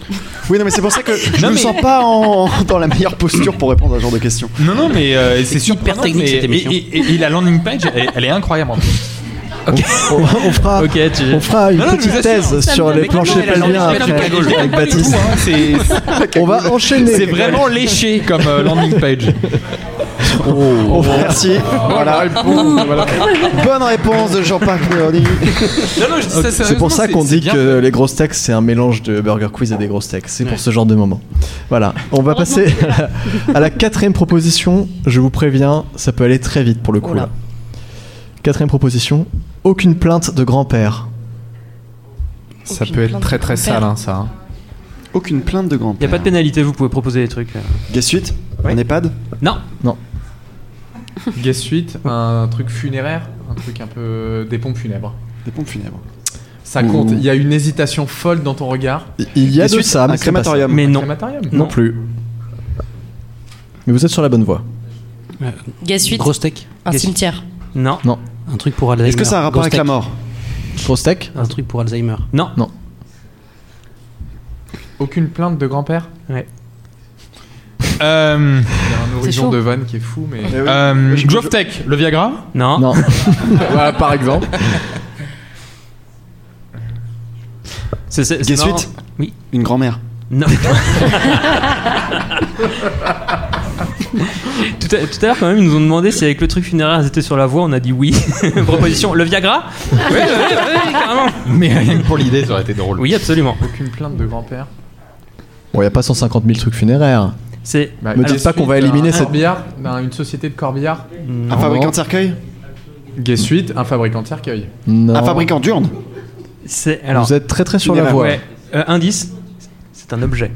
S7: Oui, non, mais c'est pour ça que je
S4: Non,
S7: me
S4: mais-
S7: sens pas en- dans la meilleure posture pour répondre à ce genre de questions.
S4: non, non, mais euh, c'est
S5: hyper
S4: surprenant.
S5: technique,
S4: mais-
S5: cette émission.
S4: et, et- et la landing page, elle, elle est incroyable. en fait.
S1: On, on fera,
S3: Ok, tu.
S1: on fera une
S4: Non, non, je vous
S1: petite
S4: assure,
S1: thèse
S2: ça
S1: sur
S2: me-
S1: les
S2: mais
S1: planchers
S2: vraiment, la
S1: pelviens
S2: langue,
S1: après,
S2: la
S4: Je
S1: avec,
S4: rigole pas du
S1: Baptiste.
S4: tout, hein, c'est-
S1: On va enchaîner.
S4: C'est vraiment léché comme euh, landing page.
S7: Oh, Merci. Voilà.
S4: oh,
S7: Bonne réponse de Jean-Paul Meloni.
S4: Non, non, je dis ça
S1: C'est
S4: sérieusement,
S1: pour ça qu'on
S4: c'est
S1: dit
S4: bien
S1: que les grosses textes, c'est un mélange de Burger Quiz et des grosses textes. C'est pour ce genre de moment. Voilà, on va passer à la, à la quatrième proposition. Je vous préviens, ça peut aller très vite pour le coup.
S5: Oula.
S1: là. Quatrième proposition, aucune plainte de grand-père.
S8: Ça
S9: Aucune
S8: peut être
S9: plainte
S8: très très
S9: de
S8: sale hein, ça. hein.
S7: Aucune plainte de grand
S3: Il n'y a pas de pénalité, vous pouvez proposer des trucs. euh.
S7: Guess suite
S3: Ouais.
S7: En EHPAD
S3: Non,
S8: Guess suite, un truc funéraire, un truc un peu des pompes funèbres.
S7: Des pompes funèbres.
S8: Ça compte.
S7: Ouh.
S8: Il y a une hésitation folle dans ton regard.
S1: Il y a
S7: Et
S1: de
S7: suite,
S1: ça, mais
S7: un
S1: c'est pas ça.
S7: crématorium.
S3: Mais non.
S8: Crématorium.
S1: Non plus. Mais vous êtes sur la bonne voie.
S9: Gassuite,
S5: Grosse tech.
S9: un
S3: Gassuite.
S9: cimetière.
S3: Non.
S5: Un truc pour Alzheimer.
S7: Est-ce que ça a un rapport
S5: Grosse
S7: avec la
S5: tech.
S7: mort
S1: Grosse tech
S5: Un truc pour Alzheimer.
S3: Non.
S8: Aucune plainte de grand-père.
S4: Euh,
S8: Il y a un horizon
S9: chaud.
S8: de vanne qui est fou, mais
S7: Eh oui.
S4: euh,
S7: Je-
S4: Growth Tech, le Viagra
S3: Non.
S1: Non.
S8: voilà, par exemple.
S3: C'est, c'est- c'est
S7: Guess
S3: marrant.
S7: suite
S3: Oui.
S7: Une grand-mère.
S3: Non. Tout à, tout à l'heure, quand même, ils nous ont demandé si avec le truc funéraire, ils étaient sur la voie. On a dit oui. Proposition. Le Viagra Oui, oui, oui, carrément.
S4: Mais rien que pour l'idée, ça aurait été drôle.
S3: Oui, absolument.
S8: Aucune plainte de grand-père.
S1: Bon, il n'y a pas 150 000 trucs funéraires.
S3: C'est.
S8: Bah,
S1: Me dites
S8: Guess
S1: pas qu'on
S8: Suite, euh,
S1: va éliminer
S8: un
S1: cette-
S8: corbillard, un- une société de corbillards.
S7: Un fabricant de cercueil
S8: Guess suite, un fabricant de cercueil.
S1: Non.
S7: Un fabricant d'urne
S3: C'est. Alors.
S1: Vous êtes très très sur la
S7: Funéraire.
S1: voie.
S3: ouais. Euh, indice. C'est un objet.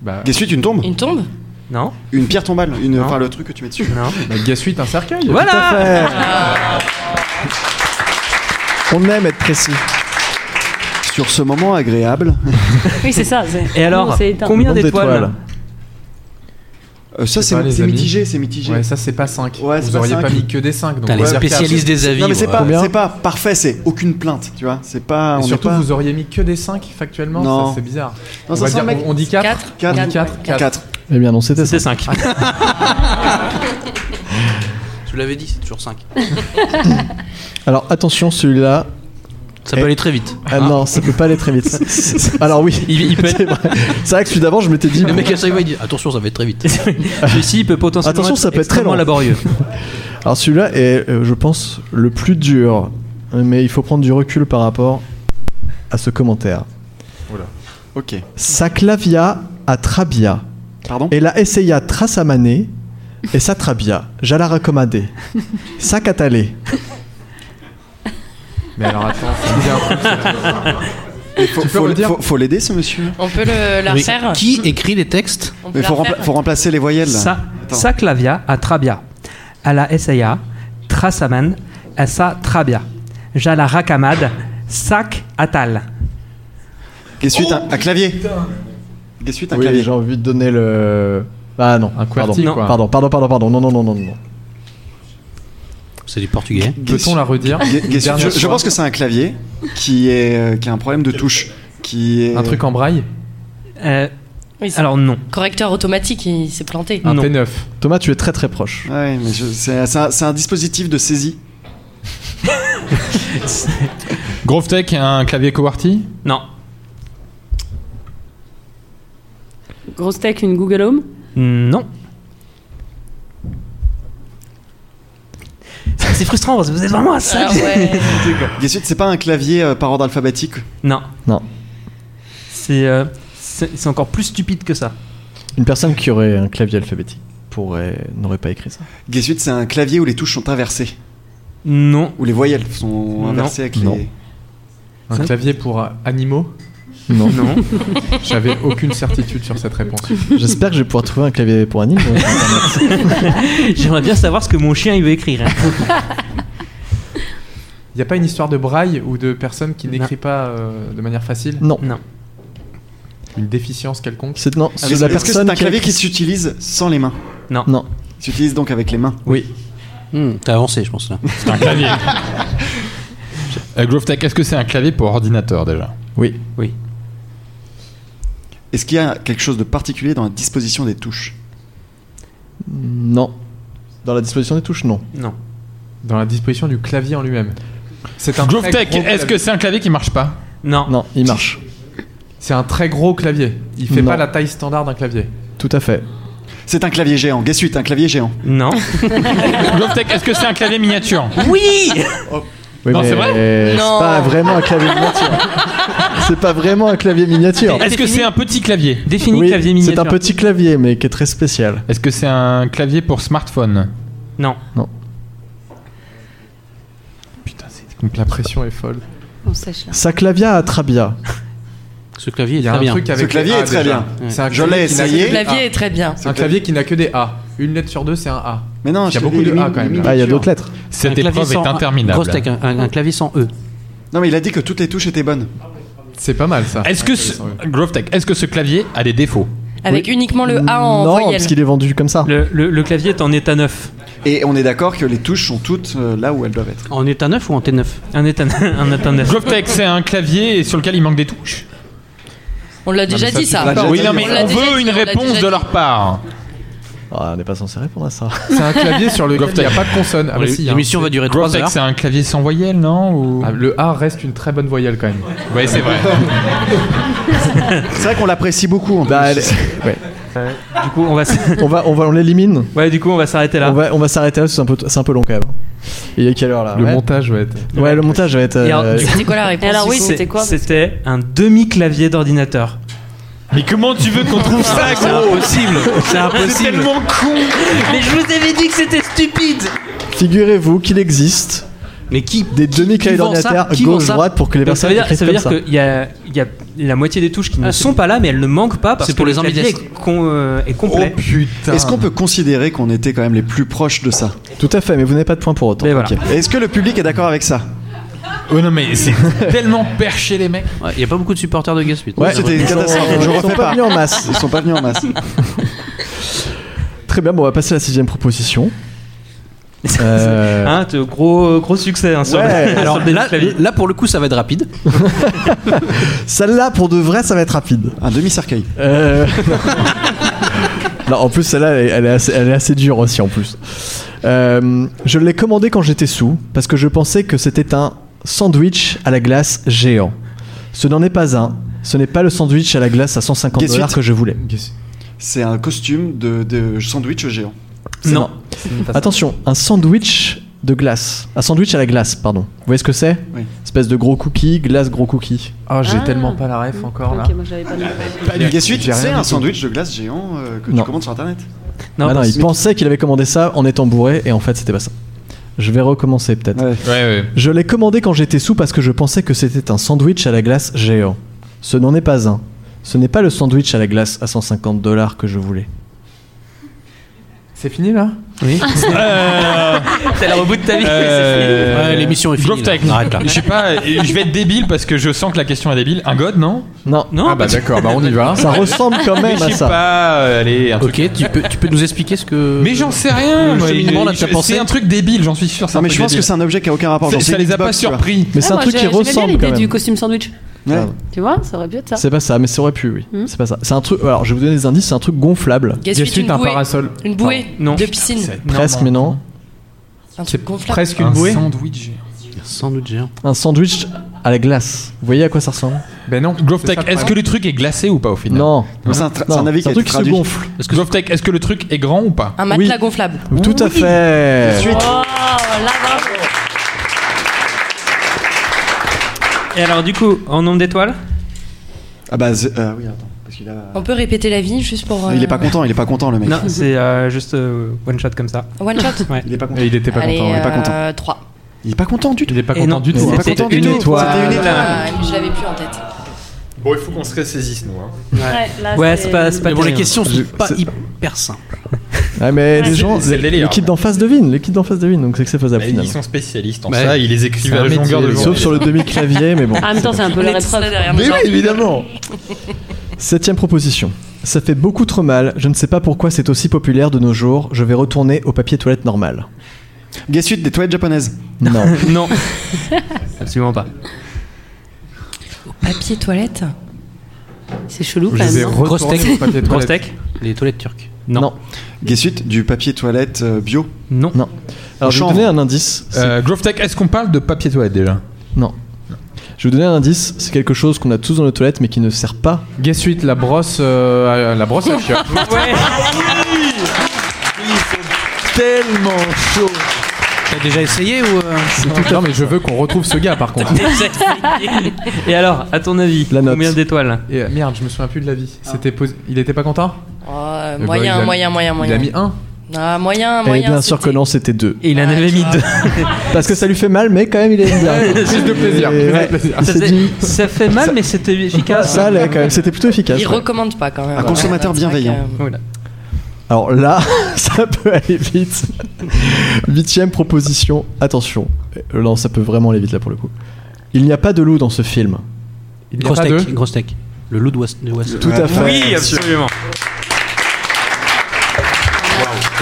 S8: Bah,
S7: Des suites, une tombe
S9: Une tombe
S3: Non.
S7: Une pierre tombale une...
S3: Non.
S7: Enfin, le truc que tu mets dessus.
S3: Non.
S8: bah, Guess suite, un cercueil.
S3: Voilà.
S1: On aime être précis.
S7: Sur ce moment agréable,
S2: Oui, c'est ça. c'est-
S3: Et alors,
S2: Non, c'est éteint.
S3: combien
S1: Nombre
S3: d'étoiles
S7: euh, ça
S8: C'est pas
S7: c'est
S8: les
S7: c'est
S8: amis.
S7: mitigé, c'est mitigé.
S8: Ouais, ça c'est pas 5.
S7: Ouais, c'est
S8: Vous
S7: pas
S8: auriez
S7: cinq.
S8: pas mis que des 5. Donc
S5: T'as les
S7: Ouais,
S5: spécialistes des avis.
S7: non mais c'est
S5: ouais.
S7: pas,
S1: Combien
S7: c'est pas parfait, c'est aucune plainte, tu vois. C'est pas.
S8: Et
S7: on est
S8: surtout,
S7: pas...
S8: vous auriez mis que des 5 factuellement
S7: Non.
S8: Ça, c'est bizarre. on,
S7: Non, ça
S8: va
S7: sent
S8: dire-
S7: le mec-
S8: on dit 4.
S9: Quatre.
S8: On
S7: Quatre.
S8: dit 4.
S7: Quatre.
S1: Eh bien non, c'était ça.
S3: C'est 5.
S5: Tu l'avais dit, c'est toujours 5.
S1: Alors attention, celui-là.
S5: Ça
S1: Et-
S5: peut aller très vite.
S1: Ah non, ça peut pas aller très vite. Alors oui,
S3: Il- il peut être-
S1: c'est vrai. C'est vrai que celui d'avant, je m'étais dit.
S5: Le mec à chaque fois il dit Attention, ça va être très vite.
S3: Celui-ci peut potentiellement
S1: Attention,
S3: être
S1: ça peut être très
S3: extrêmement
S1: lent.
S3: laborieux.
S1: Alors celui-là est, euh, je pense, le plus dur. Mais il faut prendre du recul par rapport à ce commentaire.
S8: Oh
S7: Ok.
S1: Saclavia à Trabia.
S7: Pardon
S1: Et la essaya trasamane et sa trabia. J'ala recommandé. Sacatale.
S8: Mais alors attends, ça me dit un truc.
S7: faut,
S8: peux Oh,
S7: faut-
S8: redire
S7: faut- faut l'aider ce monsieur.
S9: On peut le, la
S5: Oui.
S9: refaire
S5: Qui écrit les textes
S9: On peut
S7: Mais
S9: la
S7: faut,
S9: refaire.
S7: rempla- faut remplacer les voyelles. là.
S3: Sa,
S7: Attends.
S3: sa clavia à trabia. À la SAIA, trasaman à sa trabia. Jala rakamad, sac atal.
S7: Guess suite,
S8: Oh,
S7: un, un clavier. Guess suite, un
S1: Oui,
S7: clavier.
S1: j'ai envie de donner le. Ah non,
S8: Un
S1: pardon.
S8: QWERTY,
S1: Non.
S8: quoi.
S1: Pardon, pardon, pardon, pardon. Non, non, non, non, non.
S5: C'est du portugais.
S7: Guess-
S8: Peut-on la redire
S7: Guess-
S8: Une
S7: Guess suite,
S8: dernière
S7: je, je
S8: fois.
S7: pense que c'est un clavier qui est euh, qui a un problème de touche, qui est
S8: Un truc en braille
S3: Euh,
S9: Oui, c'est-
S3: alors non.
S9: Correcteur automatique, il s'est planté.
S7: Ah,
S8: Un
S3: Non.
S8: P9.
S1: Thomas, tu es très très proche.
S7: Ouais, mais je- c'est c'est un, c'est un dispositif de saisie.
S4: Growth Tech, un clavier QWERTY
S3: Non.
S2: Grosse tech, une Google Home.
S3: Non. C'est c'est frustrant, parce que vous êtes vraiment à ça.
S9: Ah ouais.
S7: Guess suite, c'est pas un clavier euh, par ordre alphabétique.
S3: Non.
S1: Non.
S3: C'est euh, c'est c'est encore plus stupide que ça.
S1: Une personne qui aurait un clavier alphabétique pourrait n'aurait pas écrit ça.
S7: Guess suite, c'est un clavier où les touches sont inversées,
S3: Non.
S7: où les voyelles sont
S3: Non.
S7: inversées avec
S1: Non.
S7: les. Ah,
S8: Un
S3: Ça-
S8: clavier pour euh, animaux
S1: Non.
S3: Non.
S8: J'avais aucune certitude sur cette réponse.
S1: J'espère que je vais pouvoir trouver un clavier pour anime.
S3: J'aimerais bien savoir ce que mon chien il veut écrire. hein.
S8: Il n'y a pas une histoire de braille ou de personne qui n'écrit pas euh, de manière facile
S1: non.
S3: Non. Ah,
S8: Une déficience quelconque
S1: C'est non. C'est
S7: Est-ce
S1: la
S7: est-ce que c'est
S1: personne
S7: un
S1: qui a
S7: clavier qui
S1: écrit-
S7: s'utilise sans les mains
S1: Non.
S7: Il s'utilise donc avec les mains.
S1: Oui.
S5: Hmm, T'as avancé, je pense là.
S4: C'est un clavier. Euh, Growth Tech, est-ce que c'est un clavier pour ordinateur déjà
S1: Oui.
S7: Est-ce qu'il y a quelque chose de particulier dans la disposition des touches
S1: Non. Dans la disposition des touches, non.
S3: Non.
S8: dans la disposition du clavier en lui-même. C'est un
S4: Growth
S8: très
S4: Tech,
S8: gros
S4: est-ce
S8: clavier.
S4: que c'est un clavier qui marche pas
S3: Non.
S1: Non, il marche.
S8: c'est un très gros clavier Il fait
S1: Non.
S8: pas la taille standard d'un clavier.
S1: Tout à fait.
S7: C'est un clavier géant. Guess suite, un clavier géant.
S3: Non.
S4: Growth Tech, est-ce que c'est un clavier miniature
S3: Oui
S1: Oui,
S4: Non,
S1: mais
S4: c'est vrai
S1: c'est
S9: Non.
S1: pas vraiment un clavier miniature. c'est pas vraiment un clavier miniature.
S4: Est-ce que c'est un petit clavier
S3: Défini
S1: Oui,
S3: clavier
S1: c'est
S3: miniature.
S1: un petit clavier, mais qui est très spécial.
S4: Est-ce que c'est un clavier pour smartphone
S3: Non.
S4: Putain, c'est
S8: La pression est folle.
S2: On sèche là.
S1: Sa clavia à Trabia.
S5: Ce clavier
S8: Il
S5: est
S8: y a
S5: très
S8: un
S5: bien.
S8: truc avec les
S7: clavier
S8: A
S7: est très
S8: déjà.
S7: bien.
S8: C'est un
S7: Je
S8: clavier
S7: l'ai
S8: qui n'a que
S7: essayé.
S9: Le
S8: des A.
S7: Ah,
S9: clavier est très bien.
S8: Un clavier qui n'a que des A. Une lettre sur deux, c'est un A.
S7: Mais
S8: Il
S7: non,
S8: y a
S7: je t'ai
S8: beaucoup
S7: dit
S8: de
S7: une-
S8: A quand même,
S7: une
S8: là.
S1: Ah, il y a
S7: miniature.
S1: d'autres lettres.
S5: Un
S4: Cette
S5: clavier
S4: épreuve est
S5: sans-
S4: interminable.
S5: Grosse tech, un, un- un clavier sans E.
S7: Non, mais il a dit que toutes les touches étaient bonnes.
S8: C'est pas mal ça. Ah,
S4: Est-ce que ce... Grove Tech, est-ce que ce clavier a des défauts
S9: Avec uniquement le A en
S1: Non,
S9: voyelle.
S1: parce qu'il est vendu comme ça.
S3: Le, le- le clavier est en état neuf.
S7: Et on est d'accord que les touches sont toutes euh, là où elles doivent être.
S5: En état 9 ou en T9
S3: Un état, un état neuf.
S4: Grove Tech, c'est un clavier sur lequel il manque des touches
S9: On l'a déjà dit ça.
S7: déjà
S4: Oui,
S7: dit,
S4: non,
S7: on
S4: mais
S9: l'a
S4: on
S9: déjà
S4: veut
S9: dit,
S4: une
S9: on l'a
S4: réponse
S9: déjà
S4: de
S9: dit.
S4: leur part.
S1: Ah, on n'est pas censé répondre à ça.
S8: C'est un clavier sur lequel
S4: Grove
S8: il n'y a
S4: Tech.
S8: pas de consonne. Ah, bah si, hein.
S5: L'émission va durer
S4: Grove
S5: 3
S4: Tech,
S5: heures.
S4: c'est un clavier sans voyelle, non Ou-
S8: Ah, le A reste une très bonne voyelle quand même.
S4: Ouais, c'est vrai.
S7: C'est vrai qu'on l'apprécie beaucoup. en
S1: Bah,
S7: plus.
S1: elle- ouais.
S3: Du coup, on va, s-
S1: On va, on va, on l'élimine.
S3: ouais, du coup, on va s'arrêter là.
S1: On va, on va s'arrêter là, c'est un peu, c'est un peu long quand même. Il est quelle heure là
S8: Le
S1: ouais.
S8: montage va être.
S1: Ouais, le montage va être.
S3: Et alors,
S1: euh,
S3: du
S9: C'était quoi la
S2: Et
S9: réponse
S2: alors,
S9: du
S2: oui,
S9: coup
S2: c'était quoi
S3: C'était un demi-clavier d'ordinateur.
S4: mais comment tu veux qu'on trouve ça,
S3: C'est
S4: gros
S3: impossible. C'est
S4: C'est
S3: impossible.
S4: tellement con
S3: Mais je vous avais dit que c'était stupide.
S1: Figurez-vous qu'il existe
S5: Mais qui
S1: des demi-cahiers
S5: qui vend ça
S1: d'ordinateur
S5: Qui vend ça
S1: gauche-droite pour que les
S3: Donc, ça
S1: personnes
S3: veut dire,
S1: écrivent
S3: ça veut
S1: comme
S3: dire
S1: ça.
S3: qu'il y a, il y a la moitié des touches qui ne
S5: Ah, c'est-
S3: sont pas là, mais elles ne manquent pas parce
S5: C'est
S3: que
S5: pour
S3: le
S5: les
S3: clavier
S5: ambidestres.
S3: est, con- euh, est complet.
S4: Oh, putain.
S7: Est-ce qu'on peut considérer qu'on était quand même les plus proches de ça
S1: Tout à fait, mais vous n'avez pas de point pour autant.
S3: Mais voilà.
S1: Ok.
S7: Est-ce que le public est d'accord avec ça
S4: Oh non, mais c'est tellement perché, les mecs.
S5: Il n'y a pas beaucoup de supporters de Gaspuit.
S1: Ouais,
S7: C'était
S1: ils
S7: une
S1: sont-
S7: catastrophe.
S1: ils
S7: Je
S1: sont
S7: refais
S1: pas
S7: pas.
S1: venus en masse.
S7: Ils sont pas venus en masse.
S1: Très bien, bon, on va passer à la sixième proposition. Euh,
S3: Hein, te- gros, gros succès hein, sur,
S1: Ouais.
S3: le, sur
S5: Alors
S3: le
S5: là,
S3: clavier.
S5: là, pour le coup, ça va être rapide.
S3: Ah.
S1: Celle-là, pour de vrai, ça va être rapide.
S7: Un demi-cercueil.
S1: Euh, non, en plus, celle-là, elle, est- elle est assez- elle est assez dure aussi, en plus. Euh, je l'ai commandé quand j'étais sous, parce que je pensais que c'était un sandwich à la glace géant. Ce n'en est pas un. Ce n'est pas le sandwich à la glace à 150
S7: Guess
S1: dollars
S7: it.
S1: que je voulais.
S7: C'est un costume de, de sandwich géant.
S1: C'est
S3: Non.
S1: mort. Attention, un sandwich de glace. Un sandwich à la glace, pardon. Vous voyez ce que c'est
S7: Oui.
S1: Espèce de gros cookie, glace gros cookie.
S8: Ah, j'ai
S2: Ah.
S8: tellement pas la ref encore là.
S2: Ok, moi j'avais pas
S11: Ah,
S2: de-
S7: Guess suite,
S8: J'ai rien
S7: c'est
S8: du
S7: un
S8: tout.
S7: sandwich de glace géant euh, que
S1: Non.
S7: tu commandes sur internet.
S3: Non,
S1: Ah non,
S3: parce-
S1: il pensait qu'il avait commandé ça en étant bourré et en fait c'était pas ça. Je vais recommencer peut-être.
S7: Ouais.
S4: Ouais, ouais.
S1: Je l'ai commandé quand j'étais sous parce que je pensais que c'était un sandwich à la glace géant. Ce n'en est pas un. Ce n'est pas le sandwich à la glace à 150 dollars que je voulais.
S8: C'est fini là
S3: oui.
S1: Ah,
S4: Euh,
S3: c'est le rebout de ta vie.
S4: euh,
S5: Ouais, l'émission est finie,
S4: Grove
S5: là.
S4: Tech.
S5: Arrête là.
S4: Je sais pas, je vais être débile parce que je sens que la question est débile. Un god, non
S1: Non,
S3: Non,
S8: Ah bah
S3: parce-
S8: d'accord, bah on y
S4: Hein
S8: va.
S1: ça ressemble quand
S4: Mais
S1: même
S4: je
S1: à
S4: sais
S1: ça.
S4: pas, euh, allez, un truc.
S5: Ok, tu peux, tu peux nous expliquer ce que.
S4: Mais j'en sais rien,
S5: Le
S4: moi,
S5: cheminement, là,
S4: je-
S5: t'as
S4: je-
S5: pensé
S4: C'est un truc débile, j'en suis sûr. c'est
S7: Non,
S4: un
S7: mais
S4: truc
S7: je pense que
S4: débile.
S7: c'est un objet qui a aucun rapport.
S4: C'est-
S7: Genre,
S4: Ça
S7: c'est
S4: les a pas
S7: Xbox, tu vois.
S4: surpris.
S1: Mais c'est
S2: Ah,
S1: un
S2: moi,
S1: truc
S2: j'ai-
S1: qui
S2: j'aimais bien
S1: ressemble quand
S2: l'idée du
S1: même.
S2: costume sandwich.
S7: Ouais.
S1: Pardon.
S2: Tu vois, ça aurait pu être ça.
S1: C'est pas ça, mais ça aurait pu, oui.
S2: Hmm.
S1: C'est pas ça. C'est un truc. Alors, je vais vous donner des indices. C'est un truc gonflable.
S9: Gaspuit,
S8: Gaspuit,
S9: une
S8: un
S9: bouée.
S8: parasol.
S9: Une bouée
S3: Non.
S9: de piscine.
S1: Presque, mais non.
S9: Un truc gonflable.
S8: Presque une bouée.
S4: sandwich.
S5: Sans doute géant.
S1: Un sandwich à la glace. Vous voyez à quoi ça ressemble
S8: Ben non.
S4: Grove
S8: c'est
S4: Tech,
S8: ça le
S4: est-ce que
S8: problème.
S4: le truc est glacé ou pas au final
S1: Non.
S7: Mais C'est un, tra-
S1: Non,
S7: c'est un avis qui a été
S1: truc qui se
S7: traduit.
S1: gonfle.
S5: Est-ce que
S4: Grove Tech, est-ce que le truc est grand ou pas
S9: Un matelas gonflable.
S1: Tout à fait.
S2: Oh, là, bravo.
S3: Et alors, du coup, en nombre d'étoiles
S7: Ah bah z- euh, oui, attends, parce qu'il a.
S9: On peut répéter la vie juste pour.
S7: Il
S9: euh,
S7: est pas content, il est pas content le mec.
S3: Non, c'est euh, juste euh, one shot comme ça.
S9: One shot.
S7: Il est pas content.
S8: Et il était pas
S9: Allez,
S8: content. ouais.
S7: pas content.
S9: euh, trois.
S7: Il est pas content du tout.
S8: Il est pas
S3: Et
S8: content
S3: non,
S8: du tout.
S7: Il est pas
S3: C'était
S7: content
S3: une
S7: du tout.
S3: étoile.
S7: C'était une étoile.
S9: Ah, je l'avais plus en tête.
S4: Bon, il faut qu'on se ressaisisse, nous. hein.
S2: Ouais, là,
S3: Ouais, c'est pas, c'est pas
S5: Mais bon, les
S3: terrible.
S5: questions sont
S1: Je-
S5: pas
S1: c'est-
S5: hyper simples.
S1: Ouais, mais les
S2: c'est-
S1: gens,
S4: c'est le délire.
S1: l'équipe d'en face devine, l'équipe d'en face devine, donc c'est que c'est faisable
S4: Bah, Ils
S1: finalement.
S4: sont spécialistes en
S5: Bah,
S4: ça, ils les écrivent
S8: c'est
S4: à
S8: un
S4: la longueur de
S8: métier,
S1: Sauf
S4: journée.
S1: sur le demi-clavier, mais bon.
S2: En même temps, c'est un peu
S9: On
S2: leur
S9: est tous là
S2: épreuve.
S9: derrière nous.
S1: évidemment Septième proposition. Ça fait beaucoup trop mal, je ne sais pas pourquoi c'est aussi populaire de nos jours, je vais retourner au papier toilette normal.
S7: Guess suite des toilettes japonaises.
S1: Non.
S3: Non, absolument pas.
S9: Papier toilette.
S2: C'est chelou quand
S8: Je vais
S2: même. non
S5: Grosse
S8: retourner
S5: tech.
S8: au papier de
S3: Grosse
S8: toilette.
S3: tech
S5: Les toilettes turques.
S3: Non.
S1: Non.
S7: Guess suite du papier toilette euh, bio.
S3: Non.
S1: Non. Alors je vais vous
S7: Chanvre.
S1: donner un indice. c'est-
S4: Euh, Grove Tech, est-ce qu'on parle de papier toilette déjà
S1: Non. Je vais vous donner un indice, c'est quelque chose qu'on a tous dans nos toilettes mais qui ne sert pas.
S8: Guess suite, la brosse, euh, à- la brosse à chiottes.
S3: Ouais.
S4: Tellement chaud
S5: T'as déjà essayé ou. euh,
S8: non mais je veux qu'on retrouve ce gars par contre.
S3: Et alors, à ton avis,
S1: La note.
S3: combien d'étoiles
S8: Et, euh, merde, je me souviens plus de la vie. C'était posi- il était pas content.
S9: Oh, euh,
S8: Eh ben,
S9: moyen,
S8: il a-
S9: moyen, moyen,
S8: Il
S9: moyen,
S8: a mis un.
S9: Ah, moyen,
S1: Et
S9: moyen.
S1: bien sûr que
S9: c'était-
S1: non, c'était deux.
S3: Et il en
S9: Ah,
S3: avait
S9: tu
S3: mis
S9: vois.
S3: deux.
S1: Parce que ça lui fait mal, mais quand même il est bien.
S8: C'est de plaisir.
S1: Et ouais.
S8: C'est de plaisir.
S7: Ah,
S1: Il
S3: Ça,
S1: s'est
S3: faisait-
S1: dit,
S3: ça fait mal, mais c'était efficace.
S1: ça allait quand même, c'était plutôt efficace.
S9: Il
S1: ouais.
S7: Ah,
S9: recommande pas quand même.
S7: Un consommateur bienveillant.
S9: Euh,
S3: Voilà.
S1: Alors là, ça peut aller vite. Huitième proposition, attention. Euh, Non, ça peut vraiment aller vite là pour le coup. Il n'y a pas de loup dans ce film.
S8: Il n'y a
S5: Grosse
S8: pas
S5: tech,
S8: de-
S5: grosse tech. Le loup de West- de West.
S1: Tout à fait.
S3: Oui, absolument.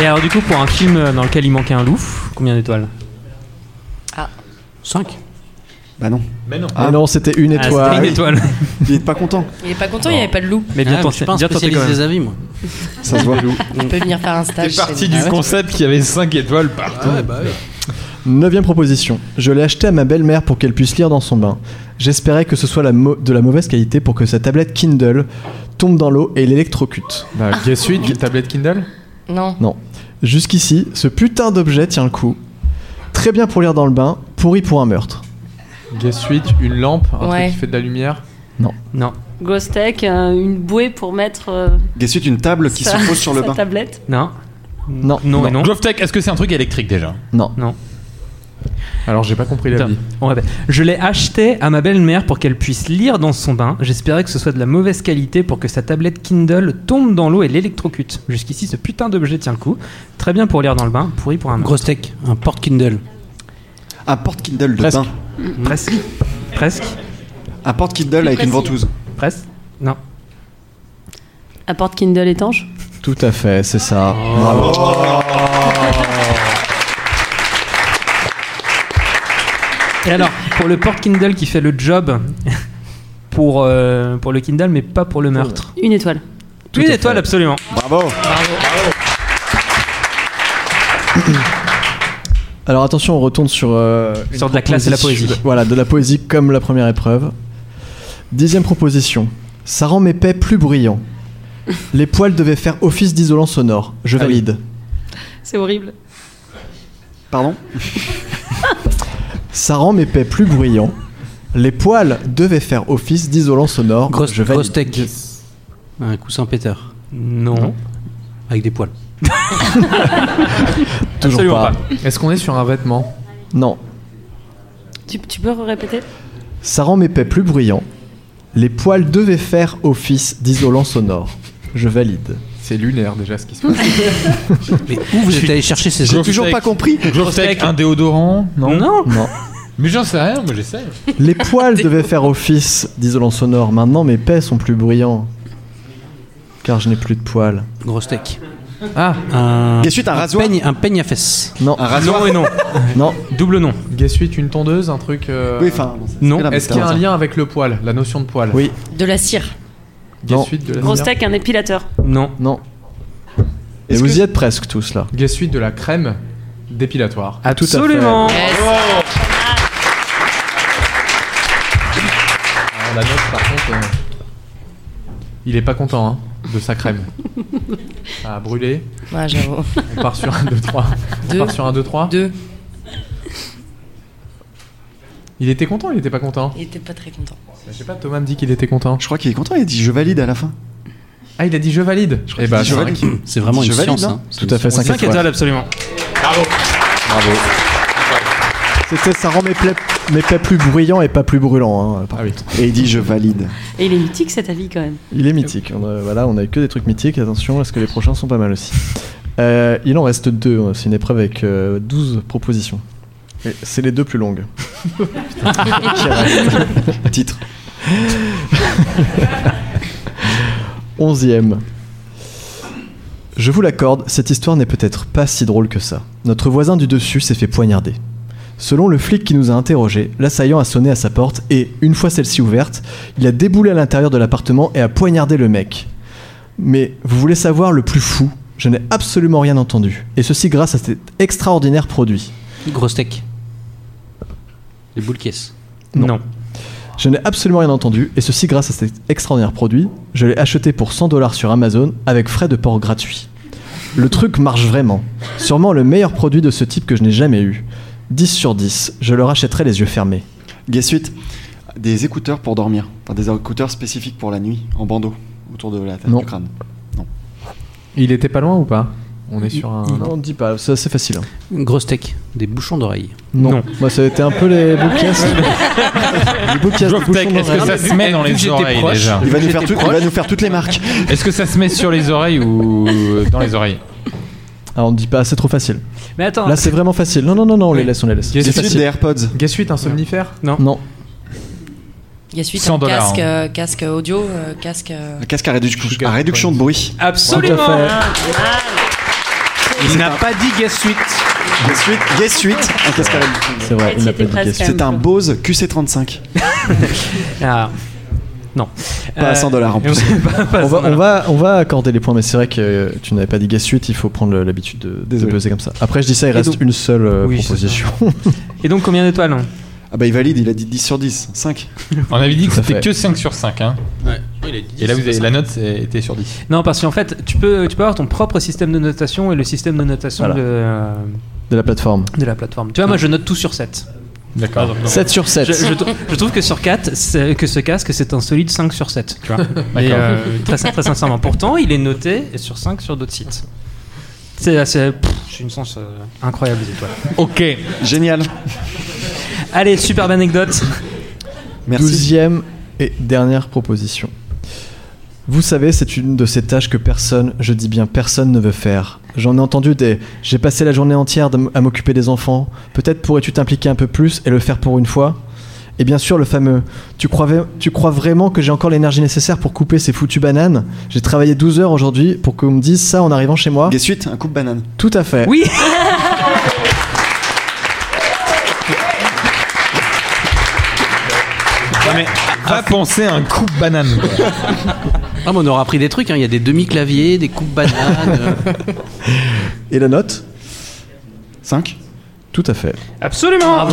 S3: Et alors, du coup, pour un film dans lequel il manquait un loup, combien d'étoiles
S9: Ah.
S5: 5.
S7: Bah non.
S4: Mais non.
S1: Ah non, c'était une
S3: Ah, c'était
S1: étoile.
S3: une étoile.
S7: Il est pas content.
S9: Il est pas content, il n'y avait pas de loup.
S3: Mais
S4: Ah,
S3: bien tenté,
S5: Je pense
S3: bien tenté quand
S5: spécialiste des
S3: même.
S5: avis, moi.
S7: Ça se voit.
S9: Il peut venir faire un stage.
S4: C'est parti
S9: chez
S4: du
S2: Ah
S9: nous. Ah
S4: concept qu'il y avait 5 étoiles partout.
S1: Neuvième proposition. Je l'ai acheté à ma belle-mère pour qu'elle puisse lire dans son bain. J'espérais que ce soit la mau- de la mauvaise qualité pour que sa tablette Kindle tombe dans l'eau et l'électrocute.
S8: Bah, guess what, une tablette Kindle
S9: Non.
S1: Jusqu'ici, ce putain d'objet tient le coup. Très bien pour lire dans le bain, pourri pour un meurtre.
S8: Guess what, une lampe, un
S9: Ouais.
S8: truc qui fait de la lumière
S3: Non,
S2: Ghost Tech, un- une bouée pour mettre euh,
S7: Guess une table qui
S2: sa,
S7: se pose sur le
S2: sa
S7: bain.
S2: tablette.
S3: non,
S1: Non.
S3: non et non.
S4: Grove Tech, est-ce que c'est un truc électrique déjà
S1: Non.
S8: Alors j'ai pas compris la
S3: Putain,
S8: vie.
S3: on répète. Je l'ai acheté à ma belle-mère pour qu'elle puisse lire dans son bain. J'espérais que ce soit de la mauvaise qualité pour que sa tablette Kindle tombe dans l'eau et l'électrocute. Jusqu'ici, ce putain d'objet tient le coup. Très bien pour lire dans le bain, pourri pour un meurtre.
S5: Grosse tech, un porte Kindle.
S7: Un porte Kindle de
S8: Presque.
S7: bain.
S3: Mmh. Presque. Presque.
S7: Un porte Kindle avec
S2: précis.
S7: une ventouse.
S3: Presque. Non.
S2: Un porte Kindle étanche.
S1: Tout à fait, c'est ça. Bravo.
S3: Et alors, pour le porte Kindle qui fait le job pour, euh, pour le Kindle, mais pas pour le meurtre.
S2: Une étoile.
S3: Une étoile, absolument.
S7: Bravo.
S1: Alors attention, on retourne sur. euh, une
S3: Sur de la classe et la
S1: proposition-
S3: poésie.
S1: Voilà, de la poésie comme la première épreuve. Dixième proposition. Ça rend mes paix plus brillants. Les poils devaient faire office d'isolant sonore. Je
S3: Ah oui.
S1: valide.
S2: C'est horrible.
S7: Pardon
S1: Ça rend mes paix plus bruyants. Les poils devaient faire office d'isolant sonore.
S5: Grosse,
S1: je valide.
S5: grosse tech. Un coussin péteur.
S3: Non.
S5: Avec des poils.
S1: Toujours
S3: Absolument
S1: pas.
S3: pas.
S8: Est-ce qu'on est sur un vêtement
S1: Non.
S2: Tu, tu peux répéter
S1: Ça rend mes paix plus bruyants. Les poils devaient faire office d'isolant sonore. Je valide.
S8: C'est lunaire déjà ce qui se passe.
S5: Mais où vous êtes allé chercher ces
S4: J'ai
S5: objets
S4: toujours pas
S1: compris.
S4: Grove Tech, un déodorant Non.
S3: Non.
S1: Non.
S4: Mais j'en sais rien, moi j'essaie.
S1: Les poils devaient faire office d'isolant sonore. Maintenant, mes paix sont plus bruyants. Car je n'ai plus de poils.
S5: Grosse tech.
S8: Ah,
S5: Un,
S7: Guess what, un
S5: un,
S7: rasoir
S5: peigne, un peigne à fesses.
S1: Non.
S7: Un rasoir
S3: Non et non.
S1: Non.
S3: Double non.
S8: guess what, une tondeuse, un truc. euh,
S7: Oui, enfin. c'est-
S3: Non.
S7: c'est la même
S8: Est-ce qu'il y a un
S7: chose.
S8: lien avec le poil, la notion de poil
S1: Oui.
S9: De la cire.
S8: Guess
S1: Non.
S8: what de la
S2: Grosse
S8: lumière
S2: Tech, un épilateur.
S3: Non.
S1: Non. Et
S7: Est-ce
S1: vous
S7: que-
S1: y êtes presque tous là.
S8: Guess what de la crème dépilatoire.
S1: Tout à fait.
S3: Absolument. Ah,
S8: Alors, la note, par contre, euh, il est pas content hein, de sa crème. Ça a brûlé.
S9: Ouais, j'avoue.
S8: On part sur un 2-3. On
S9: Deux.
S8: part sur un 2-3.
S9: Deux.
S8: Il était content, il était pas content.
S9: Il était pas très content.
S8: Je sais pas, Thomas me dit qu'il était content.
S7: Je crois qu'il est content, il a dit je valide à la fin.
S8: Ah, il a dit je valide.
S7: crois
S8: Eh
S7: qu'il
S8: bah,
S7: dit je
S8: cinq.
S7: valide.
S5: C'est vraiment
S7: Je
S5: une
S7: valide,
S5: science.
S7: hein.
S5: hein.
S1: Tout à fait, 5
S3: Cinq
S1: étoiles.
S3: étoiles, absolument.
S7: Bravo.
S1: C'était ça rend mes plaies, mes plaies plus bruyants et pas plus brûlants. hein, par
S8: Ah oui.
S7: Et il dit je valide.
S2: Et il est mythique cet avis quand même.
S1: Il est mythique. On a, voilà, on a eu que des trucs mythiques. Attention, parce que les prochains sont pas mal aussi. Euh, il en reste deux. C'est une épreuve avec euh, 12 propositions. Et C'est les deux plus longues. Qui restent. Titre. Onzième. Je vous l'accorde, cette histoire n'est peut-être pas si drôle que ça. Notre voisin du dessus s'est fait poignarder. Selon le flic qui nous a interrogés, l'assaillant a sonné à sa porte et, une fois celle-ci ouverte, il a déboulé à l'intérieur de l'appartement et a poignardé le mec. Mais vous voulez savoir le plus fou Je n'ai absolument rien entendu. Et ceci grâce à cet extraordinaire produit.
S5: Grosse tech. Les boules caisses.
S1: Non.
S3: non.
S1: Je n'ai absolument rien entendu, et ceci grâce à cet extraordinaire produit. Je l'ai acheté pour 100 dollars sur Amazon avec frais de port gratuits. Le truc marche vraiment. Sûrement le meilleur produit de ce type que je n'ai jamais eu. 10 sur 10, je le rachèterai les yeux fermés.
S7: Guess suite. Des écouteurs pour dormir. Enfin, des écouteurs spécifiques pour la nuit, en bandeau, autour de la tête
S1: Non.
S7: du crâne.
S8: Il était pas loin ou pas On est sur un.
S1: Non, ne dis pas, c'est assez facile. hein.
S5: Une grosse tech, des bouchons d'oreilles. Ah,
S1: Non.
S3: Non.
S1: Moi, ça a été un peu les bouquiasses. les bouquiasses de
S4: Growtech,
S1: bouchons
S4: est-ce que
S1: d'oreilles.
S4: ça se met dans
S3: Vu que
S4: les
S3: j'étais
S4: oreilles
S3: proche,
S4: déjà
S7: Il va, nous
S3: J'étais
S7: faire tout- il va nous faire toutes les marques.
S4: Est-ce que ça se met sur les oreilles ou euh, dans les oreilles
S1: Alors, on ne dit pas, c'est trop facile.
S3: Mais attends,
S1: Là, c'est vraiment facile. Non, non, non, non, on les
S3: Oui.
S1: laisse, on les laisse.
S8: Yes,
S1: C'est
S7: Des suites
S1: facile.
S7: des AirPods.
S8: Gasuit, un somnifère
S1: Non,
S9: Il y a suite
S4: 100
S9: un
S4: dollars,
S9: casque,
S4: hein.
S9: euh, casque audio, euh, casque. euh,
S7: Un casque à réduction, à réduction de bruit.
S1: tout à
S3: absolument.
S1: fait.
S5: Ah.
S3: Il n'a pas dit Guess Suite.
S7: Des suites, des suites, un casque à réduction de bruit.
S1: C'est vrai,
S2: Ouais,
S1: il n'a
S2: c'était
S1: pas dit
S2: presque.
S1: Guess.
S7: C'est un Bose QC35.
S3: Ah, non.
S7: Pas à 100 dollars en plus.
S1: On va, on, va, on va accorder les points, mais c'est vrai que euh, tu n'avais pas dit Guess 8, il faut prendre le- l'habitude de, de
S7: Désolé.
S1: buzzer comme ça. Après, je dis ça, il
S3: Et
S1: reste
S3: donc-
S1: une seule euh,
S3: Oui, c'est ça.
S1: proposition.
S3: Et donc combien d'étoiles hein
S7: Ah bah il valide, il a dit 10 sur 10, 5.
S4: On avait dit que
S1: Tout à
S4: c'était
S1: fait.
S4: que 5 sur 5. Hein. Et là, vous avez, la note c'est- était sur 10.
S3: Non, parce qu'en fait, tu peux, tu peux avoir ton propre système de notation et le système de notation
S1: Voilà.
S3: de, euh,
S1: De la plateforme.
S3: de la plateforme. Tu vois, moi, je note tout sur 7.
S4: D'accord.
S1: 7 sur 7.
S3: Je, je trou- je trouve que sur 4, c'est- que ce casque, c'est un solide 5 sur 7. Tu vois Mais,
S4: D'accord.
S3: euh, très, sin- très sincèrement. Pourtant, il est noté sur 5 sur d'autres sites. C'est assez- pff, c'est une sens euh, incroyable, les étoiles.
S4: Ok.
S7: Génial.
S3: Allez, superbe anecdote.
S7: Merci.
S1: Douzième et dernière proposition. Vous savez, c'est une de ces tâches que personne, je dis bien personne, ne veut faire. J'en ai entendu des. J'ai passé la journée entière de m- à m'occuper des enfants. Peut-être pourrais-tu t'impliquer un peu plus et le faire pour une fois Et bien sûr, le fameux. Tu crois, ve- tu crois vraiment que j'ai encore l'énergie nécessaire pour couper ces foutues bananes J'ai travaillé 12 heures aujourd'hui pour qu'on me dise ça en arrivant chez moi
S7: Des suites, un coupe banane.
S1: Tout à fait.
S3: Oui
S4: Va penser à un coup de banane. quoi.
S5: Ah, mais on aura appris des trucs, hein. il y a des demi-claviers, des coupes bananes. euh.
S1: Et la note
S7: 5
S1: Tout à fait.
S3: Absolument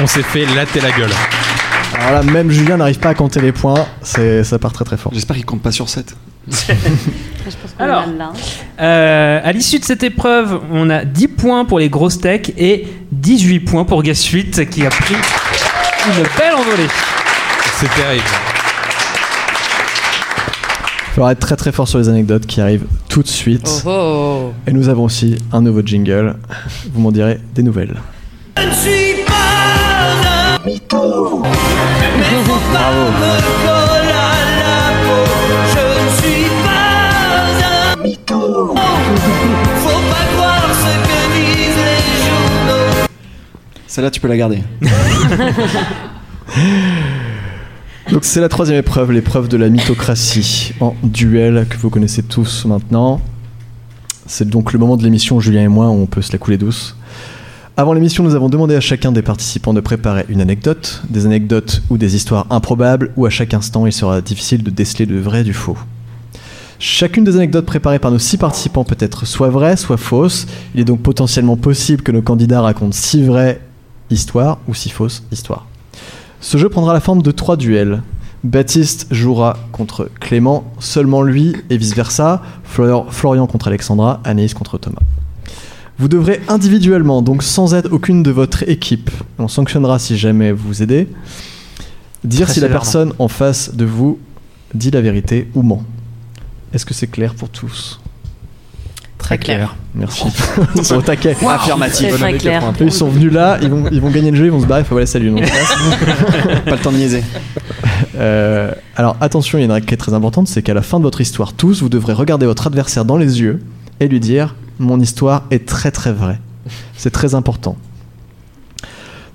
S4: On s'est fait latter la gueule.
S1: Alors là, même Julien n'arrive pas à compter les points. C'est, ça part très très fort.
S7: J'espère qu'il compte pas sur 7.
S2: Je pense qu'on est
S3: Alors.
S2: mal là. hein.
S3: Euh, à l'issue de cette épreuve, on a 10 points pour les grosses techs et 18 points pour Gasuit qui a pris une belle envolée.
S4: C'est terrible.
S1: Il faudra être très très fort sur les anecdotes qui arrivent tout de suite.
S9: Oh oh.
S1: Et nous avons aussi un nouveau jingle. Vous m'en direz des nouvelles.
S7: Celle-là, tu peux la garder.
S1: Donc c'est la troisième épreuve, l'épreuve de la mythocratie en duel que vous connaissez tous maintenant. C'est donc le moment de l'émission, Julien et moi, où on peut se la couler douce. Avant l'émission, nous avons demandé à chacun des participants de préparer une anecdote, des anecdotes ou des histoires improbables, où à chaque instant il sera difficile de déceler le vrai du faux. Chacune des anecdotes préparées par nos six participants peut être soit vraie, soit fausse. Il est donc potentiellement possible que nos candidats racontent six vraies histoires ou six fausses histoires. Ce jeu prendra la forme de trois duels. Baptiste jouera contre Clément, seulement lui et vice-versa, Flor- Florian contre Alexandra, Anaïs contre Thomas. Vous devrez individuellement, donc sans aide aucune de votre équipe, on sanctionnera si jamais vous vous aidez, dire
S3: Très
S1: si la
S3: sévèrement.
S1: personne en face de vous dit la vérité ou ment. Est-ce que c'est clair pour tous
S9: Très clair.
S1: Merci. Ils sont au taquet.
S2: C'est
S7: Affirmative.
S2: très clair.
S1: Eux, Ils sont venus là, ils vont, ils vont gagner le jeu, ils vont se barrer, il faut aller saluer. Donc,
S7: Pas le temps de niaiser.
S1: Euh, alors attention, il y en a une règle qui est très importante, c'est qu'à la fin de votre histoire, tous, vous devrez regarder votre adversaire dans les yeux et lui dire Mon histoire est très très vraie. C'est très important.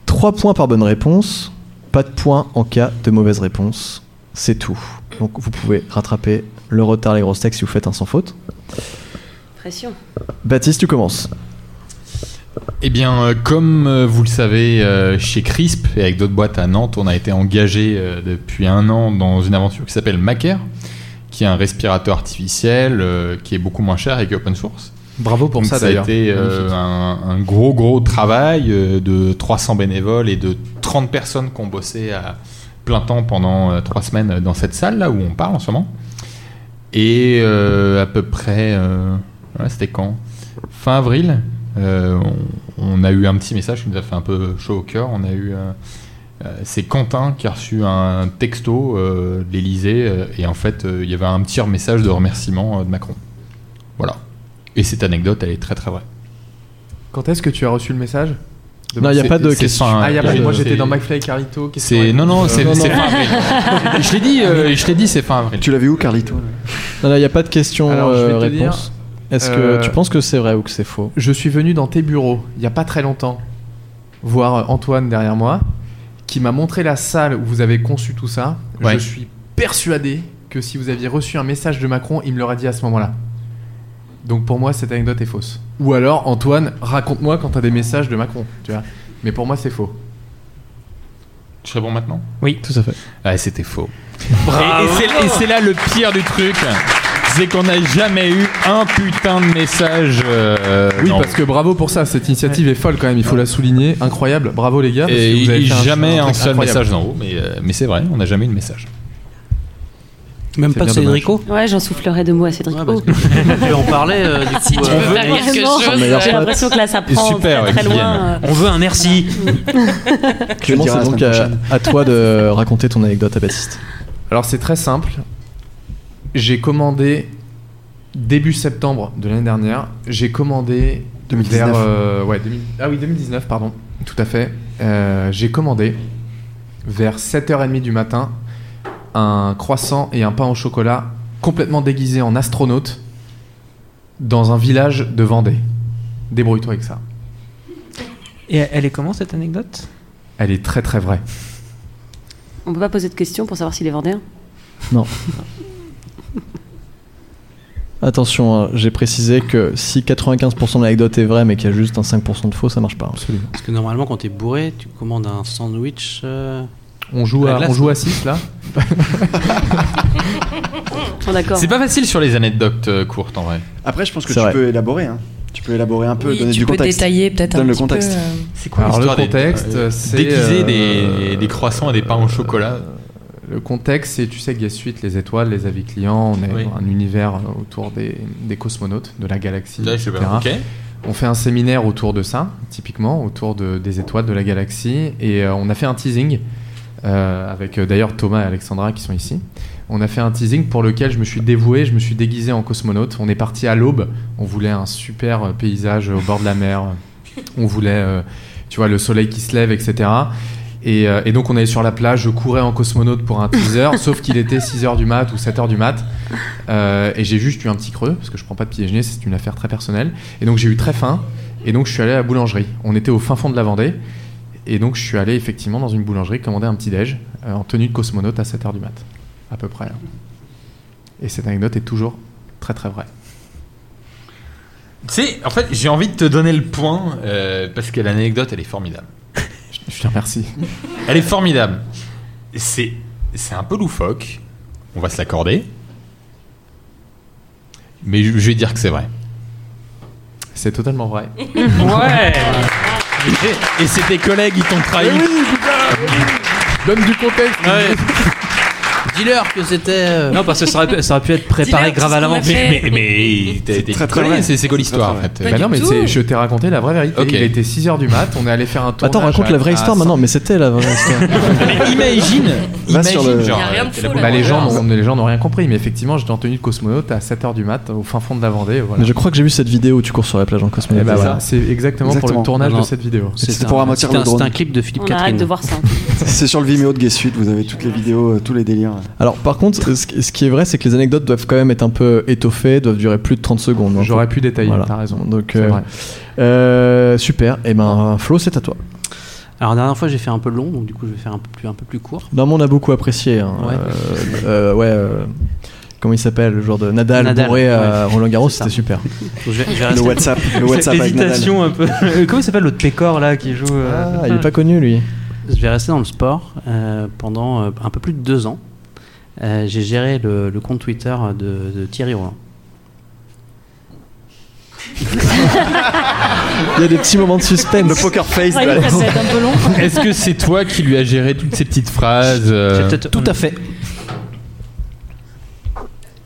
S1: 3 points par bonne réponse, pas de points en cas de mauvaise réponse. C'est tout. Donc vous pouvez rattraper le retard, les grosses textes si vous faites un sans faute.
S2: Pression.
S1: Baptiste, tu commences.
S4: Eh bien, euh, comme euh, vous le savez, euh, chez Crisp et avec d'autres boîtes à Nantes, on a été engagé euh, depuis un an dans une aventure qui s'appelle Macaire, qui est un respirateur artificiel euh, qui est beaucoup moins cher et qui est open source.
S8: Bravo pour
S4: Donc
S8: ça,
S4: a
S8: d'ailleurs.
S4: été euh,
S8: Magnifique.
S4: un, un gros gros travail euh, de 300 bénévoles et de 30 personnes qui ont bossé à plein temps pendant euh, trois semaines euh, dans cette salle là où on parle en ce moment. Et euh, à peu près, euh, ouais, c'était quand Fin avril, euh, on, on a eu un petit message qui nous a fait un peu chaud au cœur. On a eu euh, euh, c'est Quentin qui a reçu un texto euh, de l'Elysée et en fait euh, il y avait un petit message de remerciement euh, de Macron. Voilà. Et cette anecdote, elle est très très vraie.
S8: Quand est-ce que tu as reçu le message De-
S1: Non, il n'y a
S4: c'est-
S1: pas de
S4: c'est
S1: question.
S4: sans-
S8: Ah, y a pas-
S4: euh,
S8: moi
S4: c'est-
S8: j'étais dans McFly et Carlito. question
S4: C'est non non,
S8: réponse.
S4: c'est
S8: Euh,
S4: c'est fin avril. je l'ai dit, euh, je l'ai dit, c'est fin avril.
S7: Tu l'avais où, Carlito
S1: Non, non, il n'y a pas de question
S8: Alors, je vais
S1: euh,
S8: te dire,
S1: réponse. Est-ce
S8: euh,
S1: que tu penses que c'est vrai ou que c'est faux
S8: Je suis venu dans tes bureaux il y a pas très longtemps voir euh, Antoine derrière moi qui m'a montré la salle où vous avez conçu tout ça.
S4: Ouais.
S8: Je suis persuadé que si vous aviez reçu un message de Macron, il me l'aurait dit à ce moment-là. Donc pour moi, cette anecdote est fausse. Ou alors Antoine, raconte-moi quand t'as des messages de Macron, tu vois. Mais pour moi, c'est faux.
S4: Je réponds maintenant.
S1: Tout à fait.
S4: Ah, c'était faux. Et, et c'est- et c'est là le pire du truc, c'est qu'on n'a jamais eu un putain de message. euh,
S8: oui,
S4: non.
S8: parce que bravo pour ça. Cette initiative est folle quand même. Il faut la souligner. Incroyable. Bravo les gars. parce
S4: Et
S8: que vous avez
S4: et
S8: fait un-
S4: jamais
S8: un
S4: un
S8: truc
S4: seul
S8: incroyable.
S4: message d'en haut, mais, euh, mais c'est vrai, on n'a jamais eu de message.
S5: Même
S8: C'est
S5: pas
S8: bien
S5: Cédrico
S2: Ouais, j'en soufflerai deux mots à Cédric.
S5: Ouais,
S2: Oh,
S5: parce que
S3: Ah, bah,
S5: tu en parlais euh, du coup.
S9: Si tu
S5: euh,
S9: veux faire
S2: vraiment,
S9: quelque chose, euh,
S2: J'ai l'impression que là, ça
S4: Et
S2: prend
S4: super,
S2: très, très
S4: ouais,
S2: loin. euh.
S5: On veut un merci.
S1: Tu
S7: le diras la
S1: c'est donc euh,
S7: semaine
S1: à,
S7: prochaine.
S1: à toi de raconter ton anecdote à Baptiste.
S8: Alors c'est très simple. J'ai commandé début septembre de l'année dernière. J'ai commandé
S7: 2019.
S8: vers, euh, ouais, 2000 ah oui 2019 pardon. Tout à fait. Euh, J'ai commandé vers 7h30 du matin un croissant et un pain au chocolat complètement déguisé en astronaute dans un village de Vendée. Débrouille-toi avec ça.
S3: Et elle est comment cette anecdote
S8: Elle est très très vraie.
S2: On peut pas poser de questions pour savoir s'il est vendéen.
S1: Attention, hein, j'ai précisé que si 95% de l'anecdote est vraie mais qu'il y a juste un 5% de faux, ça marche pas.
S8: Absolument.
S5: Parce que normalement, quand t'es bourré, tu commandes un sandwich. euh,
S8: On joue
S5: La
S8: à
S5: glace.
S8: on joue à 6 là.
S2: On est d'accord.
S4: C'est pas facile sur les anecdotes euh, courtes en vrai.
S7: Après, je pense que
S1: C'est
S7: tu
S1: vrai.
S7: peux élaborer. hein. Tu peux élaborer un peu,
S9: oui,
S7: donner
S9: tu
S7: du
S9: peux
S7: contexte.
S9: détailler peut-être un
S7: Donne le
S9: petit
S7: contexte.
S9: peu. euh,
S4: C'est
S8: Alors le contexte, c'est
S4: Déguiser
S8: euh,
S4: des, des croissants et des pains au chocolat.
S8: Le contexte, c'est tu sais qu'il y a suite les étoiles, les avis clients, on est
S4: Oui.
S8: dans un univers euh, autour des, des cosmonautes, de la galaxie,
S4: Là, je sais
S8: etc.
S4: pas. Ok.
S8: On fait un séminaire autour de ça, typiquement, autour de- des étoiles, de la galaxie, et euh, on a fait un teasing, euh, avec euh, d'ailleurs Thomas et Alexandra qui sont ici. On a fait un teasing pour lequel je me suis dévoué, je me suis déguisé en cosmonaute. On est parti à l'aube, on voulait un super euh, paysage au bord de la mer, on voulait, euh, tu vois, le soleil qui se lève, etc. Et, euh, et donc on allait sur la plage, je courais en cosmonaute pour un teaser, sauf qu'il était 6h du mat ou 7h du mat. Euh, et j'ai juste eu un petit creux, parce que je prends pas de petit déjeuner, c'est une affaire très personnelle. Et donc j'ai eu très faim, et donc je suis allé à la boulangerie. On était au fin fond de la Vendée, et donc je suis allé effectivement dans une boulangerie commander un petit déj euh, en tenue de cosmonaute à 7h du mat, à peu près. hein. Et cette anecdote est toujours très très vraie.
S4: Tu sais, en fait, j'ai envie de te donner le point euh, parce que l'anecdote, elle est formidable.
S8: Je te remercie.
S4: Elle est formidable. C'est c'est un peu loufoque. On va se l'accorder. Mais je, je vais dire que c'est vrai.
S8: C'est totalement vrai.
S3: Ouais
S4: Et c'est tes collègues, ils t'ont trahi.
S8: Donne du contexte
S5: Dis-leur que c'était. euh,
S3: Non, parce que ça aurait pu, ça aurait pu être préparé
S9: Dis-leur tout
S3: grave
S9: ce
S3: à
S9: qu'on a
S3: l'avance.
S9: fait.
S4: Mais, mais t'as été
S7: très, très
S4: collé,
S7: vrai.
S4: c'est c'est quoi
S7: C'est
S4: l'histoire en
S7: très,
S4: fait
S9: Pas
S8: Bah non,
S9: du
S8: mais
S9: tout.
S8: c'est- je t'ai raconté la vraie vérité.
S4: Ok.
S8: Il était 6h du mat, on est allé faire un tour.
S1: Attends, raconte la vraie histoire maintenant, mais c'était la vraie histoire.
S4: Mais Imagine,
S7: Va sur
S4: imagine,
S7: le-
S4: genre,
S9: Y a rien de
S5: euh,
S4: t'es
S9: faux,
S4: la
S9: là.
S8: Bah, les, gens
S4: première.
S8: n'ont- les gens n'ont rien compris, mais effectivement, j'étais en tenue de cosmonaute à 7h du mat, au fin fond de la Vendée. Voilà.
S1: mais je crois que j'ai vu cette vidéo où tu cours sur la plage en
S8: Eh
S1: cosmonaute.
S8: bah,
S1: C'est
S8: voilà. C'est exactement, pour le
S7: Exactement.
S8: tournage
S5: Non, non.
S8: de cette vidéo.
S7: C'était
S5: c'est
S7: pour
S5: un-
S7: amortir
S5: c'était
S7: le
S5: un-
S7: drone.
S5: C'était un clip de Philippe
S2: On arrête
S5: Catherine.
S2: de voir ça.
S7: C'est sur le Vimeo de Guessut, vous avez toutes les vidéos, euh, tous les délires.
S1: ça. Alors par contre, ce qui ce qui est vrai, c'est que les anecdotes doivent quand même être un peu étoffées, doivent durer plus de 30 secondes. donc-
S8: J'aurais pu détailler,
S1: Voilà.
S8: t'as raison.
S1: Donc
S8: C'est
S1: euh,
S8: vrai.
S1: euh, super. Et ben Flo, c'est à toi.
S5: Alors, la dernière fois, j'ai fait un peu long, donc du coup, je vais faire un peu plus, un peu plus court.
S1: Non, mais on a beaucoup apprécié. hein.
S5: Ouais.
S1: Euh, euh, ouais, euh, comment il s'appelle le joueur de Nadal,
S5: Nadal,
S1: bourré à Roland Garros,
S5: C'est ça.
S1: c'était super.
S5: Donc, je vais- je vais
S7: Le
S5: rester-
S7: WhatsApp, le
S3: Cette
S7: WhatsApp avec Nadal.
S3: hésitation un peu. Euh, Comment il s'appelle l'autre pécor là qui joue euh,
S1: Ah, il est pas connu lui.
S5: Je vais rester dans le sport euh, pendant euh, un peu plus de deux ans. Euh, j'ai géré le, le compte Twitter de, de Thierry Roland.
S1: Il y a des petits moments de suspense.
S7: Le poker face.
S2: Ouais,
S7: là.
S2: ça va être un peu long.
S4: Est-ce que c'est toi qui lui as géré toutes ces petites phrases euh,
S5: Tout à fait.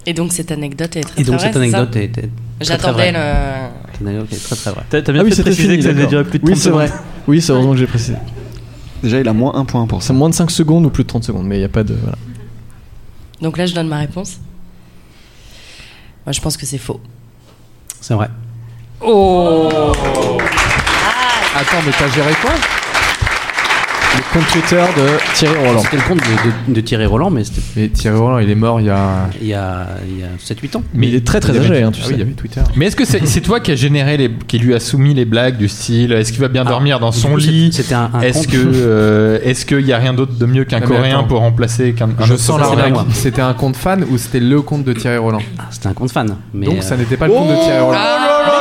S9: Et donc cette anecdote est très
S5: Et donc
S9: très
S5: cette
S9: vraie, c'est ça
S5: anecdote est, est- très, très
S9: J'attendais
S5: vraie.
S9: le.
S5: Cette anecdote est très très vraie.
S3: T'as t'as bien
S1: Ah oui,
S3: fait de
S1: c'était
S3: préciser
S1: fini,
S3: que ça devait
S1: d'accord.
S3: durer plus de 30
S1: Oui, c'est
S3: secondes.
S1: vrai. Oui, c'est heureusement que j'ai précisé.
S7: Déjà, il a moins un point pour ça.
S1: C'est moins de 5 secondes ou plus de 30 secondes, mais il n'y a pas de. Voilà.
S9: Donc là, je donne ma réponse. Moi, je pense que c'est faux.
S5: C'est vrai.
S3: Oh
S7: Ah.
S8: Attends, mais t'as géré quoi
S1: Le compte Twitter de Thierry Roland.
S5: C'était le compte de, de- de Thierry Roland, mais c'était
S8: Mais Thierry Roland, il est mort il y a.
S5: il y a, il y a 7-8 ans.
S1: Mais il est très très
S8: il y avait-
S1: âgé, hein, tu
S8: ah
S1: sais.
S8: oui, il y avait Twitter.
S4: Mais est-ce que c'est c'est toi qui a généré les, qui lui a soumis les blagues du style Est-ce qu'il va bien
S5: Ah,
S4: dormir dans
S5: Du
S4: son
S5: coup, c'est-
S4: lit
S5: C'était un, un
S4: Est-ce
S5: compte-
S4: que euh, est-ce qu'il y a rien d'autre de mieux qu'un
S1: Ah,
S8: Non, mais
S4: Coréen
S8: attends.
S4: pour remplacer qu'un un
S8: Je
S9: Ah,
S4: autre
S8: sens
S5: ça, c'est pas
S8: l'arnaque.
S5: moi.
S8: C'était un compte fan ou c'était le compte de Thierry Roland
S5: Ah, C'était un compte fan. Mais
S8: Donc
S5: euh,
S8: ça n'était pas le compte de
S9: Oh
S8: Thierry Roland.
S5: Oh,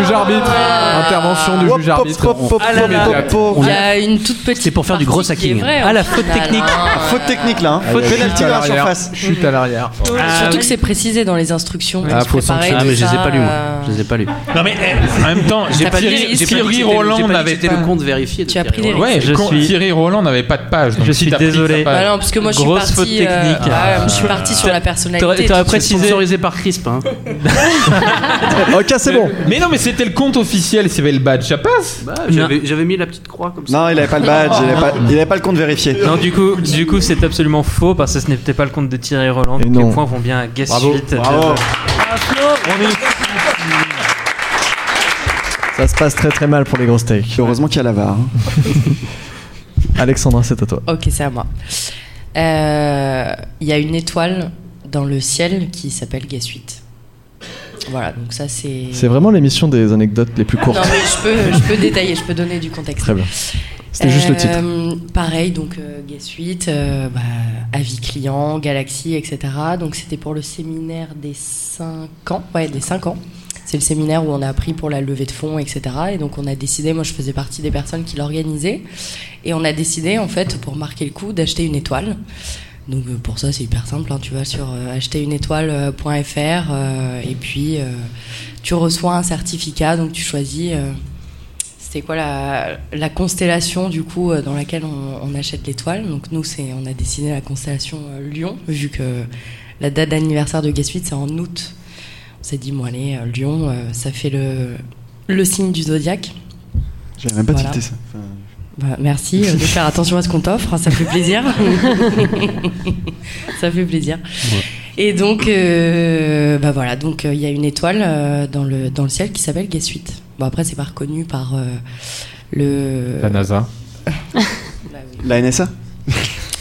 S8: Juge arbitre
S1: Ah.
S7: Ah.
S8: Intervention du juge arbitre.
S9: Ah
S5: on
S9: Il y
S5: a-
S9: a une toute petite.
S5: C'est pour faire du gros
S9: partie qui est
S5: hacking.
S9: vraie,
S5: Ah,
S9: en
S5: la
S9: final,
S5: faute technique.
S9: hein.
S7: Faute technique là. hein.
S1: Ah, il y a
S7: Pénalty
S8: Chute à
S7: dans la
S8: l'arrière.
S7: surface.
S8: Chute à l'arrière.
S9: Ah, Surtout que c'est précisé dans les instructions.
S8: Ah,
S9: Tu
S8: faut
S9: prépares
S8: sanctionner.
S5: Ah, mais je les ai
S9: ça,
S5: pas lus, moi.
S9: euh,
S5: Je les ai pas lus.
S4: Non mais eh, en même temps,
S9: T'as pas dit-
S4: Thierry,
S9: j'ai pas dit que
S4: Thierry
S5: J'ai pas dit que
S4: Roland n'avait
S5: C'était le compte vérifié. de
S9: Tu as
S5: Thierry
S9: pris les
S5: Roland.
S4: Ouais,
S3: Je
S4: le compte-
S3: suis-
S4: Thierry Roland n'avait pas de page. donc
S3: Je
S4: si
S3: suis
S4: t'as pris sa
S3: désolé.
S4: page-
S9: Bah non, parce que moi je suis
S3: Grosse
S9: partie.
S3: faute
S9: euh,
S3: technique.
S9: ouais, moi, je suis partie sur la
S3: T'aurais-
S9: personnalité. tout
S3: t'aurais
S9: de
S5: C'est
S9: suite.
S3: précisé-
S5: sponsorisé par Crisp. hein.
S1: Ok, c'est bon.
S4: Mais non, mais c'était le compte officiel. S'il y avait le badge, ça passe.
S5: Bah, J'avais j'avais mis la petite croix comme ça.
S7: Non, il avait pas le badge, il avait pas, il avait pas le compte vérifié.
S3: Non, du coup, du coup, c'est absolument faux parce que ce n'était pas le compte de Thierry Roland.
S1: Et
S3: Donc
S1: non.
S3: les points vont bien à Guess
S7: Bravo.
S3: Suite.
S7: Bravo.
S1: Ça se passe très très mal pour les grosses takes.
S7: Heureusement qu'il y a la VAR. hein.
S1: Alexandra, c'est à toi.
S9: Ok, c'est à moi. Euh, Il y a une étoile dans le ciel qui s'appelle Gassuite. Voilà, donc ça c'est.
S1: C'est vraiment l'émission des anecdotes les plus courtes.
S9: Non, mais je peux, je peux détailler, je peux donner du contexte.
S1: Très bien. C'était juste le titre.
S9: Euh, Pareil, donc euh, Gassuite, euh, bah, avis client, Galaxy, etc. Donc c'était pour le séminaire des 5 ans. Ouais, des 5 ans. C'est le séminaire où on a appris pour la levée de fonds, etc. Et donc on a décidé, moi je faisais partie des personnes qui l'organisaient, et on a décidé en fait pour marquer le coup d'acheter une étoile. Donc euh, pour ça c'est hyper simple, hein. tu vas sur euh, acheterUneétoile.fr euh, et puis euh, tu reçois un certificat, donc tu choisis euh, c'était quoi la, la constellation du coup euh, dans laquelle on, on achète l'étoile Donc nous, c'est on a décidé la constellation euh, Lion vu que la date d'anniversaire de Gassuit c'est en août. On s'est dit bon allez euh, Lion, euh, ça fait le le signe du zodiaque.
S7: J'avais même pas
S9: Voilà.
S7: tilté ça. Enfin,
S9: Bah, merci euh, de faire attention à ce qu'on t'offre, hein, ça fait plaisir. ça fait plaisir. Et donc, euh, bah voilà, donc euh, il y a une étoile euh, dans, le, dans le ciel qui s'appelle Gassuit. Bon après c'est pas reconnu par euh, le
S8: La NASA.
S9: Bah oui.
S7: La NSA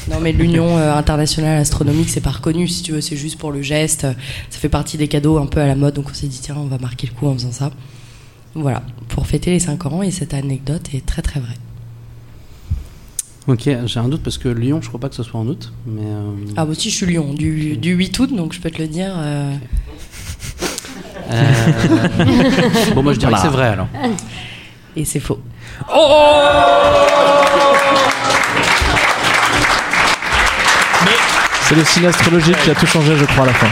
S9: Non, mais l'Union euh, internationale astronomique, c'est pas reconnu, si tu veux, c'est juste pour le geste. Ça fait partie des cadeaux un peu à la mode, donc on s'est dit, tiens, on va marquer le coup en faisant ça. Voilà, pour fêter les 5 ans, et cette anecdote est très très vraie.
S5: Ok, j'ai un doute parce que Lyon, je crois pas que ce soit en août. Mais euh,
S9: Ah, moi aussi, je suis Lyon, du, du 8 août, donc je peux te le dire. euh,
S5: euh, bon, moi je dirais que c'est vrai alors.
S9: et c'est faux.
S1: C'est le signe astrologique qui a tout changé, je crois, à la fin.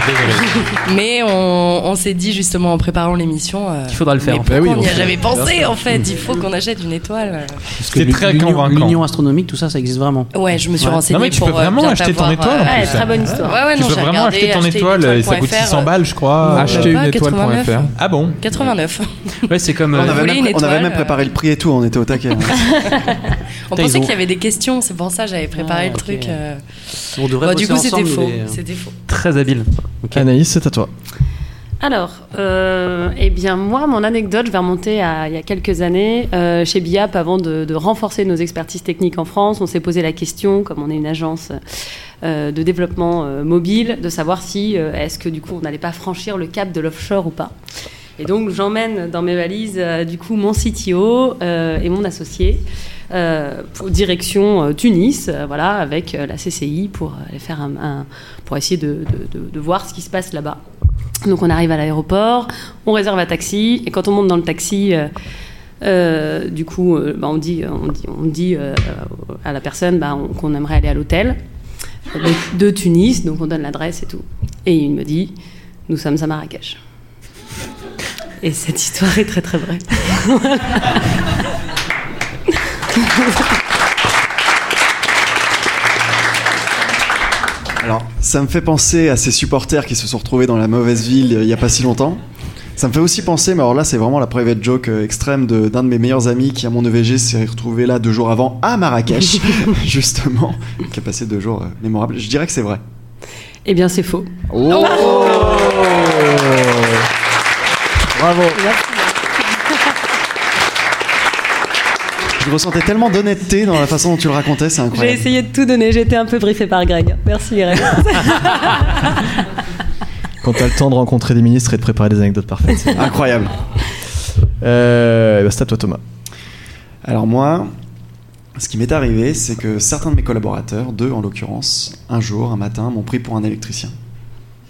S9: Mais on, on s'est dit, justement, en préparant l'émission. euh,
S3: Il faudra le faire.
S9: mais
S3: en fait.
S9: pourquoi
S8: Bah oui,
S9: on n'y
S8: on
S9: a
S8: sait.
S9: jamais pensé, en fait. Il faut qu'on achète une étoile. euh,
S5: Parce que
S4: C'est
S5: l'U-
S4: très
S5: l'Union-
S4: convaincant.
S5: L'Union astronomique, tout ça, ça existe vraiment.
S9: Ouais, je me suis
S5: Ouais.
S9: renseignée.
S4: Non, mais tu
S9: pour,
S4: peux
S9: euh,
S4: vraiment
S9: bien
S4: acheter ton
S9: t'avoir,
S4: étoile, en
S9: euh,
S2: Ouais,
S4: plus.
S2: très bonne histoire.
S9: Ouais, ouais,
S4: tu
S9: non,
S4: peux
S9: j'ai
S4: vraiment
S9: regardé,
S4: acheter ton étoile. et Ça coûte
S9: acheterUneétoile.fr,
S4: 600 balles, je crois.
S8: Acheter une
S9: pas
S8: étoile
S9: 89.
S8: .fr.
S4: Ah bon
S9: 89.
S3: Ouais, c'est comme.
S7: on
S3: euh,
S7: avait,
S9: voulez une
S7: même, on avait
S9: étoile,
S7: même préparé le prix et tout, on était au taquet. hein.
S9: On
S5: Putain, ils
S9: pensait
S5: ont-
S9: qu'il y avait des questions, c'est pour ça que j'avais préparé
S5: Ah,
S9: le
S5: ok.
S9: truc. euh.
S5: On devrait
S9: Bon, du coup,
S5: bosser
S9: c'était
S5: ensemble,
S9: faux.
S5: mais, euh,
S9: C'était faux.
S3: Très habile.
S5: ok.
S1: Anaïs, c'est à toi.
S2: Alors, euh, eh bien, moi, mon anecdote, je vais remonter à il y a quelques années. Euh, chez BIAP, avant de, de renforcer nos expertises techniques en France, on s'est posé la question, comme on est une agence euh, de développement euh, mobile, de savoir si euh, est-ce que du coup on n'allait pas franchir le cap de l'offshore ou pas. Et donc j'emmène dans mes valises euh, du coup mon CTO euh, et mon associé euh, pour- direction euh, Tunis, euh, voilà, avec euh, la CCI pour euh, aller faire un, un- pour essayer de, de- de- de voir ce qui se passe là-bas. Donc on arrive à l'aéroport, on réserve un taxi et quand on monte dans le taxi. euh, euh, du coup, euh, bah, on dit, on dit, on dit euh, à la personne bah, on- qu'on aimerait aller à l'hôtel de, de Tunis, donc on donne l'adresse et tout. Et il me dit, nous sommes à Marrakech. Et cette histoire est très très vraie.
S7: Alors, ça me fait penser à ces supporters qui se sont retrouvés dans la mauvaise ville euh, il n'y a pas si longtemps. Ça me fait aussi penser, mais alors là, c'est vraiment la private joke euh, extrême de- d'un de, mes meilleurs amis qui, à mon EVG, s'est retrouvé là deux jours avant à Marrakech, justement, qui a passé deux jours euh, mémorables. Je dirais que c'est vrai.
S9: Oh
S2: Eh bien c'est faux.
S7: Oh
S1: Bravo.
S7: Je ressentais tellement d'honnêteté dans la façon dont tu le racontais, c'est
S2: J'ai
S7: incroyable.
S2: essayé de tout donner, j'étais un peu briefée par Greg. Merci Greg.
S1: Quand t'as le temps de rencontrer des ministres et de préparer des anecdotes parfaites.
S7: Incroyable.
S1: Euh, eh ben, c'est à toi Thomas.
S7: Alors moi, ce qui m'est arrivé, c'est que certains de mes collaborateurs, deux en l'occurrence, un jour, un matin, m'ont pris pour un électricien.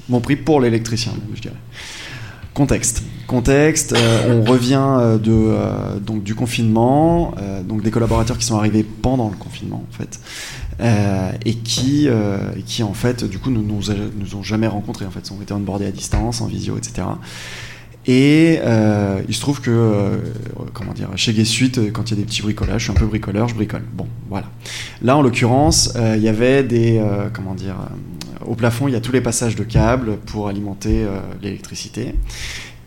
S7: M'ont pris pour l'électricien, même, je dirais. Contexte. Contexte, euh, on revient euh, de, euh, donc, du confinement, euh, donc des collaborateurs qui sont arrivés pendant le confinement, en fait, euh, et qui, euh, et qui, en fait, du coup, ne nous, a- nous ont jamais rencontrés, en fait. On était onboardés à distance, en visio, etc. Et euh, il se trouve que, euh, comment dire, chez Gay Suite, euh, quand il y a des petits bricolages, je suis un peu bricoleur, je bricole. Bon, voilà. Là, en l'occurrence, euh, il y avait des, euh, comment dire, euh, au plafond, il y a tous les passages de câbles pour alimenter euh, l'électricité.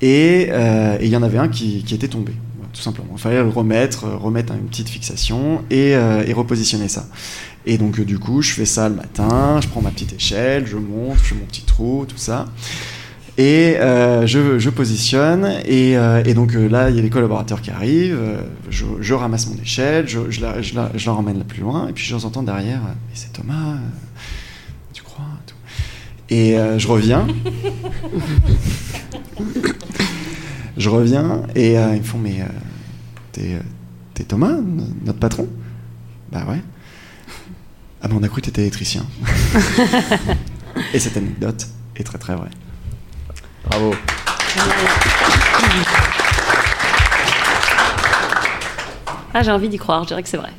S7: Et euh, et il y en avait un qui, qui était tombé, voilà, tout simplement. Il fallait le remettre, euh, remettre une petite fixation et, euh, et repositionner ça. Et donc, euh, du coup, je fais ça le matin, je prends ma petite échelle, je monte, je fais mon petit trou, tout ça. Et euh, je, je positionne, et, euh, et donc euh, là, il y a des collaborateurs qui arrivent, euh, je, je ramasse mon échelle, je, je, la, je, la, je la ramène la plus loin, et puis je les entends derrière, euh, mais c'est Thomas, euh, tu crois tout. Et euh, je reviens. je reviens, et euh, ils me font, mais euh, t'es euh, t'es Thomas, n- notre patron Bah ouais. Ah, mais on a cru que t'étais électricien. et cette anecdote est très très vraie.
S1: Bravo.
S2: Ah, j'ai envie d'y croire, je dirais que c'est vrai.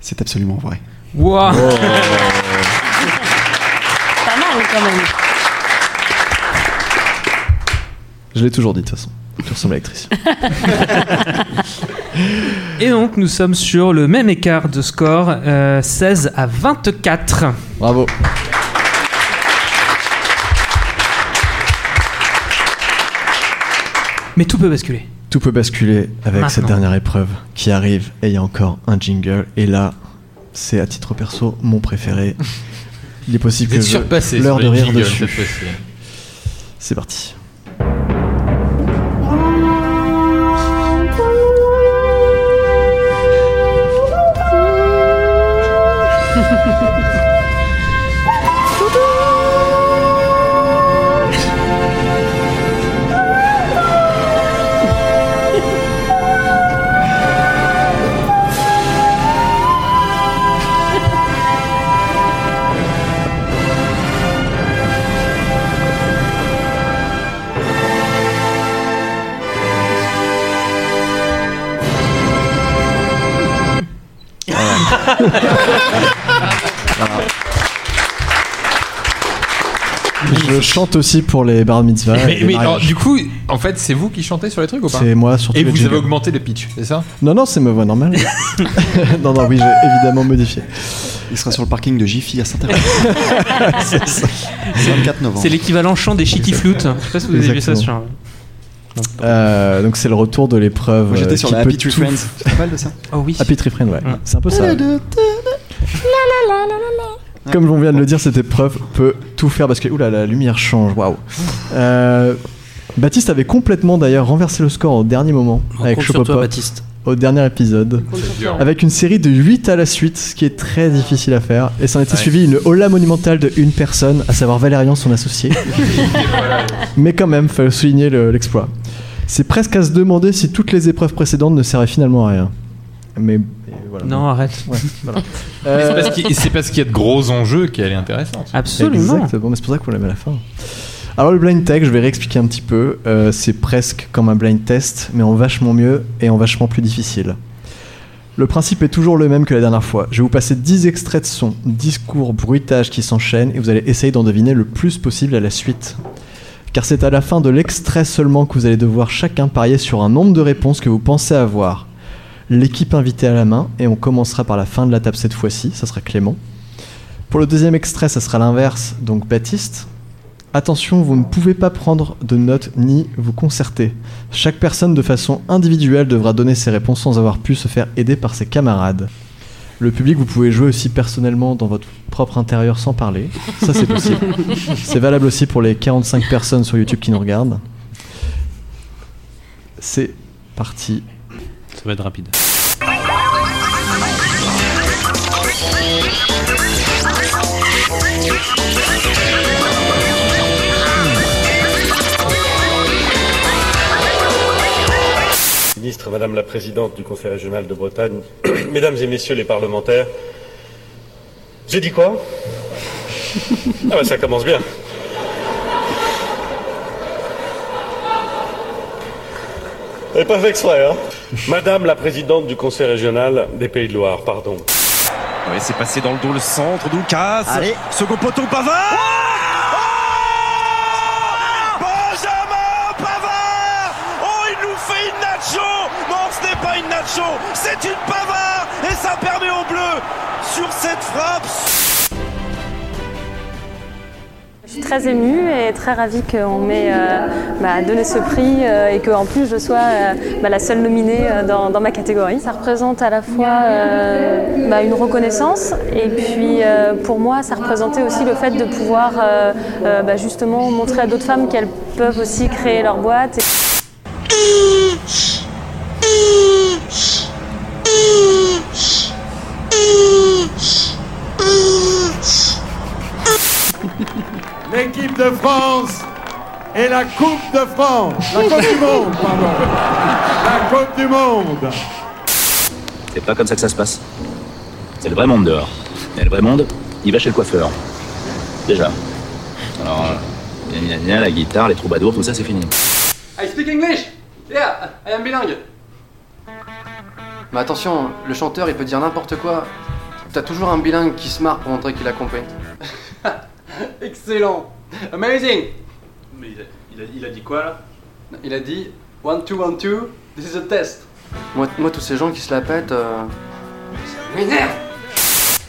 S7: C'est absolument vrai.
S3: Wow.
S1: Oh.
S2: Pas mal quand même.
S1: Je l'ai toujours dit de toute façon. Tu ressembles à l'électricien.
S3: Et donc, nous sommes sur le même écart de score, euh, 16 à 24.
S1: Bravo.
S3: Mais tout peut basculer.
S1: Tout peut basculer avec
S3: Maintenant.
S1: cette dernière épreuve qui arrive et il y a encore un jingle. Et là, c'est à titre perso mon préféré. Il est possible
S4: Vous
S1: que
S4: êtes
S1: je
S4: surpassé
S1: l'heure
S4: sur
S1: de
S4: les
S1: rire
S4: jingles
S1: dessus.
S4: cette fois-ci.
S1: C'est parti. Je chante aussi pour les bar mitzvah. et
S4: Mais,
S1: les
S4: mais, oh,
S1: mariages.
S4: alors, du coup, en fait, c'est vous qui chantez sur les trucs ou pas
S1: c'est moi surtout.
S4: Et vous avez augmenté le pitch, c'est ça
S1: Non, non, c'est ma voix normale. non, non, oui, j'ai évidemment modifié.
S7: Il sera sur le parking de Jiffy à saint hervé C'est 24 novembre.
S3: C'est l'équivalent chant des shitty flutes. Je sais pas si vous avez vu ça sur.
S1: Euh, donc c'est le retour de l'épreuve.
S7: Moi, J'étais
S1: euh,
S7: sur
S1: qui
S7: la
S1: peut
S7: Happy Tree
S1: tout-
S7: Friends. Tu te rappelles de ça
S3: Oh oui.
S1: Happy Tree Friends, ouais.
S3: Mm.
S1: C'est un peu ça. Comme on vient de le dire, cette épreuve peut tout faire parce que oula, la lumière change. Waouh. Euh, Baptiste avait complètement d'ailleurs renversé le score au dernier moment
S5: On
S1: avec
S5: compte sur toi,
S1: Chopopop
S5: Baptiste.
S1: au dernier épisode
S4: C'est dur.
S1: avec une série de 8 à la suite, ce qui est très difficile à faire. Et s'en était suivi une hola monumentale de une personne, à savoir Valérian, son associé. Mais quand même, fallait souligner le- l'exploit. C'est presque à se demander si toutes les épreuves précédentes ne servaient finalement à rien. Mais et voilà.
S3: Non, arrête.
S4: Mais C'est
S1: Euh,
S4: parce qu'il- c'est parce qu'il y a de gros enjeux qu'elle est intéressante.
S3: Absolument.
S1: Exactement, mais c'est pour ça qu'on l'a mis à la fin. Alors le blind tech, je vais réexpliquer un petit peu. Euh, c'est presque comme un blind test, mais en vachement mieux et en vachement plus difficile. Le principe est toujours le même que la dernière fois. Je vais vous passer 10 extraits de sons, discours, bruitages qui s'enchaînent et vous allez essayer d'en deviner le plus possible à la suite. Car c'est à la fin de l'extrait seulement que vous allez devoir chacun parier sur un nombre de réponses que vous pensez avoir. L'équipe invitée à la main et on commencera par la fin de la table cette fois-ci, ça sera Clément. Pour le deuxième extrait, ça sera l'inverse, donc Baptiste. Attention, vous ne pouvez pas prendre de notes ni vous concerter. Chaque personne de façon individuelle devra donner ses réponses sans avoir pu se faire aider par ses camarades. Le public, vous pouvez jouer aussi personnellement dans votre propre intérieur sans parler. Ça, c'est possible. c'est valable aussi pour les 45 personnes sur YouTube qui nous regardent. C'est parti.
S5: Ça va être rapide.
S10: Ministre, Madame la Présidente du Conseil régional de Bretagne, Mesdames et Messieurs les parlementaires, j'ai dit quoi Ah bah ça commence bien. Et pas fait exprès, hein Madame la Présidente du Conseil régional des Pays de Loire, pardon.
S11: Ouais, c'est passé dans le dos le centre, Doukas.
S10: Allez.
S11: Second poteau, Pavard Oh Benjamin Pavard Oh, il nous fait une nacho Non, ce n'est pas une nacho, c'est une Pavard Et ça permet aux Bleus, sur cette frappe...
S12: Je suis très émue et très ravie qu'on m'ait euh, bah, donné ce prix euh, et qu'en plus je sois euh, bah, la seule nominée euh, dans, dans ma catégorie. Ça représente à la fois euh, bah, une reconnaissance et puis euh, pour moi ça représentait aussi le fait de pouvoir euh, euh, bah, justement montrer à d'autres femmes qu'elles peuvent aussi créer leur boîte.
S13: L'équipe de France et la Coupe de France. La Coupe du Monde, pardon. La Coupe du Monde.
S14: C'est pas comme ça que ça se passe. C'est le vrai monde dehors. Et le vrai monde, il va chez le coiffeur. Déjà. Alors, euh, gna gna gna, la guitare, les troubadours, tout ça, c'est fini.
S15: I speak English Yeah, I am bilingue Mais attention, le chanteur il peut dire n'importe quoi. T'as toujours un bilingue qui se marre pour montrer qu'il a compris. Excellent Amazing
S10: Mais il a, dit quoi là
S15: Il a dit 1, 2, 1, 2, this is a test Moi, moi tous ces gens qui se la pètent. euh, M'énerve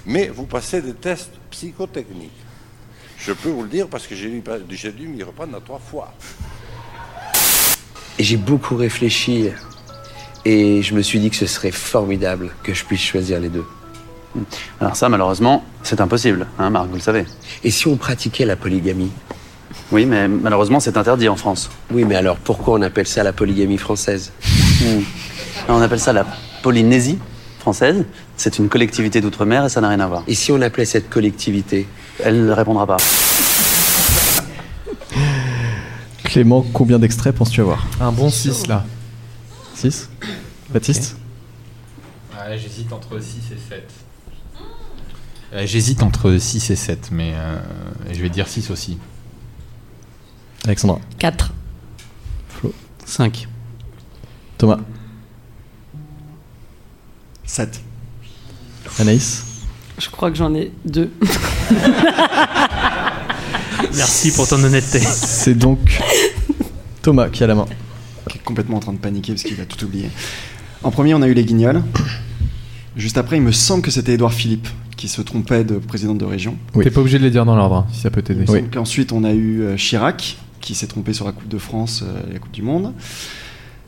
S13: Mais vous passez des tests psychotechniques. Je peux vous le dire parce que j'ai dû, j'ai dû m'y reprendre à trois fois.
S16: Et j'ai beaucoup réfléchi et je me suis dit que ce serait formidable que je puisse choisir les deux.
S17: Alors ça, malheureusement, c'est impossible, hein, Marc, vous le savez.
S16: Et si on pratiquait la polygamie
S17: Oui, mais malheureusement, c'est interdit en France.
S16: Oui, mais alors pourquoi on appelle ça la polygamie française
S17: Hmm. On appelle ça la Polynésie française. C'est une collectivité d'outre-mer et ça n'a rien à voir.
S16: Et si on appelait cette collectivité
S17: Elle ne répondra pas.
S1: Clément, combien d'extraits penses-tu avoir
S8: Un bon 6 là.
S1: 6 Baptiste
S4: Ouais, Ah, j'hésite entre 6 et 7.
S1: Euh,
S4: j'hésite entre 6 et 7, mais euh, je vais dire 6 aussi.
S1: Alexandra
S9: 4.
S1: Flo
S5: 5.
S1: Thomas
S7: 7.
S1: Anaïs
S2: Je crois que j'en ai deux.
S3: Merci pour ton honnêteté.
S1: C'est donc Thomas qui a la main.
S7: qui est complètement en train de paniquer parce qu'il va tout oublier. En premier, on a eu les Guignols. Juste après, il me semble que c'était Édouard Philippe qui se trompait de président de région.
S1: Oui.
S8: T'es pas obligé de les dire dans l'ordre, hein, si ça peut t'aider.
S7: Il me semble qu'ensuite, on a eu euh, Chirac qui s'est trompé sur la Coupe de France euh, et la Coupe du Monde.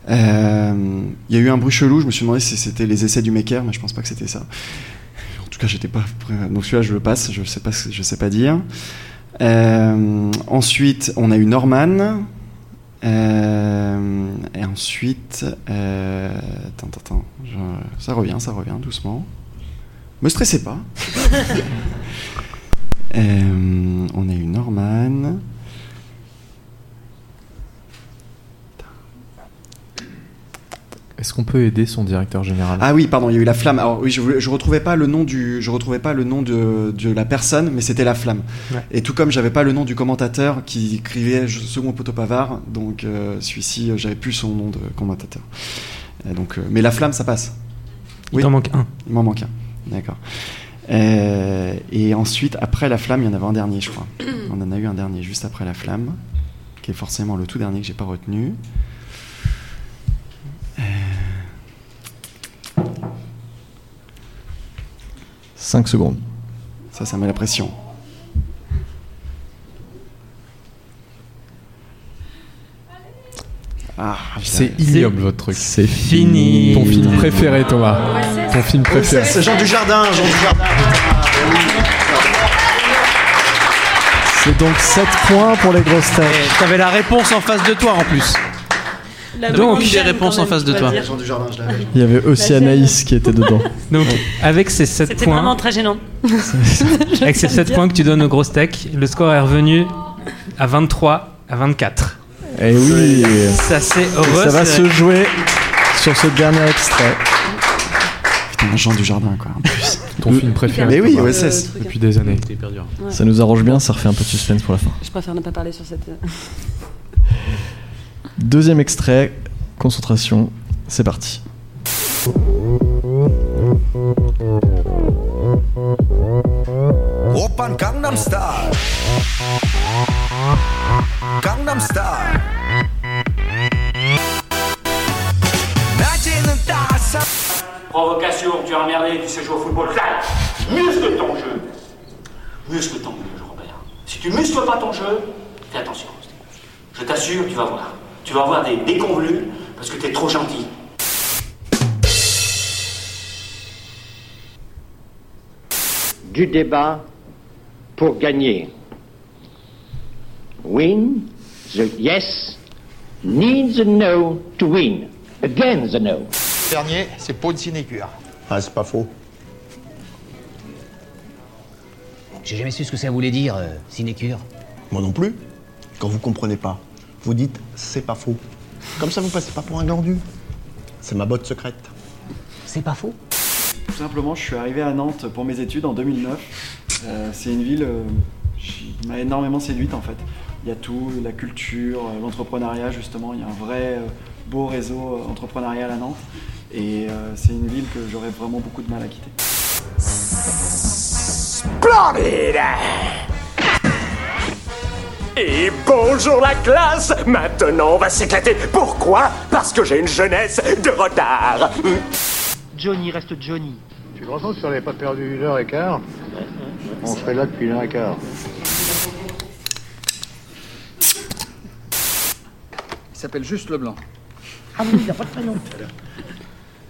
S7: Euh, Il y a eu un bruit chelou, je me suis demandé si c'était les essais du Mecker, mais je pense pas que c'était ça. En tout cas, j'étais pas prêt. Donc celui-là, je le passe, je sais pas, ce- je sais pas dire. Euh, ensuite, on a eu Norman. Euh, et ensuite, euh, attends, attends, attends, je- ça revient, ça revient, doucement. Me stressez pas. Euh, on a eu Norman.
S8: Est-ce qu'on peut aider son directeur général
S7: Ah oui, pardon, il y a eu la flamme. Alors oui, je, voulais- je retrouvais pas le nom du, je retrouvais pas le nom de, de la personne, mais c'était la flamme.
S3: Ouais.
S7: Et tout comme j'avais pas le nom du commentateur qui écrivait je- second poteau pavard, donc euh, celui-ci, euh, j'avais plus son nom de commentateur. Et donc, euh, mais la flamme, ça passe.
S3: Il t'en manque un.
S7: Il m'en manque un. D'accord. Euh, et ensuite, après la flamme, il y en avait un dernier, je crois. On en a eu un dernier juste après la flamme, qui est forcément le tout dernier que j'ai pas retenu. Euh,
S1: 5 secondes.
S7: Ça, ça met la pression. Ah,
S8: C'est
S7: je l'ai-
S8: ignoble votre truc.
S1: C'est
S3: fini.
S8: Ton film préféré, Thomas.
S7: Ouais,
S8: ton film préféré
S11: C'est Jean Dujardin, Jean Dujardin.
S1: C'est donc 7 points pour les grosses têtes.
S4: Eh,
S5: T'avais la réponse en face de toi en plus.
S11: La
S5: Donc,
S11: bonne
S5: j'ai
S11: chaîne,
S5: réponse
S11: quand
S5: en
S11: même,
S5: face de
S11: faut
S5: toi.
S11: dire. Jean Dujardin, je l'avais.
S1: Il y avait aussi Anaïs qui était dedans.
S3: Donc, avec ces 7
S2: C'était
S3: points.
S2: vraiment très gênant.
S3: Avec ces 7 points que tu donnes aux grosses techs, le score est revenu à 23 à 24.
S1: Et Eh oui
S3: Ça c'est
S1: Ça
S3: heureux.
S1: va
S3: c'est-
S1: se jouer sur ce dernier extrait.
S7: Putain, Jean du Jardin, quoi. En plus.
S8: Ton film préféré.
S7: Mais oui,
S8: Thomas.
S7: OSS.
S8: Depuis des années.
S2: Ouais.
S1: Ça nous arrange bien, ça refait un peu de suspense pour la fin.
S2: Je préfère ne pas parler sur cette. euh,
S1: Deuxième extrait, concentration, c'est parti.
S11: 오빤 강남 스타일 강남 스타일 낮에는 따사
S18: Provocation, tu as emmerdé, tu sais jouer au football. Clac Muscle ton jeu Muscle ton jeu, Robert. Si tu muscles pas ton jeu, fais attention. Je t'assure, tu vas voir. Tu vas avoir des déconvenus parce que t'es trop gentil.
S19: du débat pour gagner. Win the yes, need the no to win. Again the no.
S11: dernier c'est peau de sinécure
S19: Ah, c'est pas faux.
S20: J'ai jamais su ce que ça voulait dire, euh, sinécure.
S19: Moi non plus. Quand vous comprenez pas, vous dites c'est pas faux. Comme ça, vous passez pas pour un glandu. C'est ma botte secrète.
S20: C'est pas faux.
S7: Tout simplement, je suis arrivé à Nantes pour mes études en 2009. Euh, c'est une ville euh, qui m'a énormément séduite en fait. Il y a tout, la culture, euh, l'entrepreneuriat justement. Il y a un vrai euh, beau réseau euh, entrepreneurial à Nantes. Et euh, c'est une ville que j'aurais vraiment beaucoup de mal à quitter.
S11: Splendide Et bonjour la classe Maintenant on va s'éclater Pourquoi Parce que j'ai une jeunesse de retard
S19: Johnny reste Johnny.
S13: Tu te rends compte si on n'avait pas perdu une heure et quart On serait là depuis une heure et quart.
S19: Il s'appelle Juste Leblanc. Ah il a pas de prénom.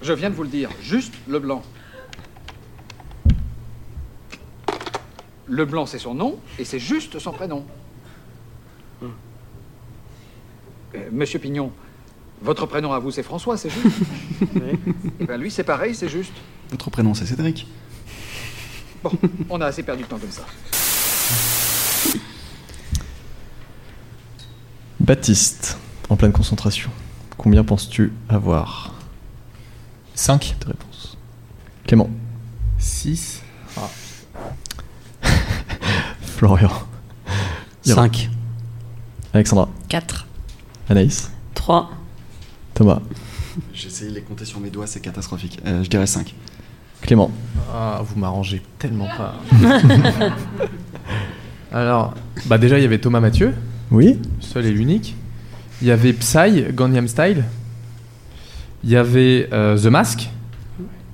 S19: Je viens de vous le dire, Juste Leblanc. Leblanc, c'est son nom, et c'est juste son prénom. Euh, Monsieur Pignon, votre prénom à vous, c'est François, c'est juste Eh bien, lui, c'est pareil, c'est juste.
S7: Votre prénom c'est Cédric.
S19: Bon, on a assez perdu de temps comme ça.
S1: Baptiste, en pleine concentration. Combien penses-tu avoir
S4: 5
S1: de réponse. Clément,
S8: 6.
S1: Florian. Cinq. Alexandra.
S9: 4.
S1: Anaïs.
S2: 3.
S1: Thomas.
S7: J'ai essayé de les compter sur mes doigts, c'est catastrophique. Euh, je dirais 5.
S1: Clément.
S8: Ah, vous m'arrangez tellement pas. Alors, bah déjà, il y avait Thomas Mathieu.
S1: Oui.
S8: Seul et l'unique. Il y avait Psy, Gangnam Style. Il y avait euh, The Mask.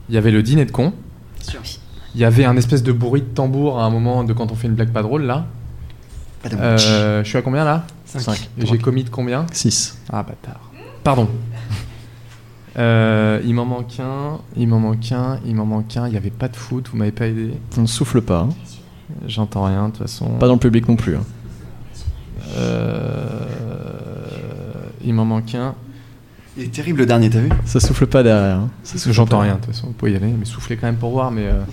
S8: Il y avait le dîner de con. Il y avait un espèce de bruit de tambour à un moment de quand on fait une blague pas drôle là. Euh, je suis à combien là
S1: Cinq. Cinq.
S8: Et J'ai commis de combien
S1: 6.
S8: Ah bâtard. Pardon. Euh, il m'en manque un, il m'en manque un, il m'en manque un. Il n'y avait pas de foot, vous m'avez pas aidé.
S1: On ne souffle pas. hein.
S8: J'entends rien de toute façon.
S1: Pas dans le public non plus. hein.
S8: Euh, Il m'en manque un.
S7: Il est terrible le dernier, t'as vu
S1: Ça souffle pas derrière. hein. Ça souffle
S8: J'entends
S1: pas.
S8: rien de toute façon, vous pouvez y aller, mais soufflez quand même pour voir. Mais, euh,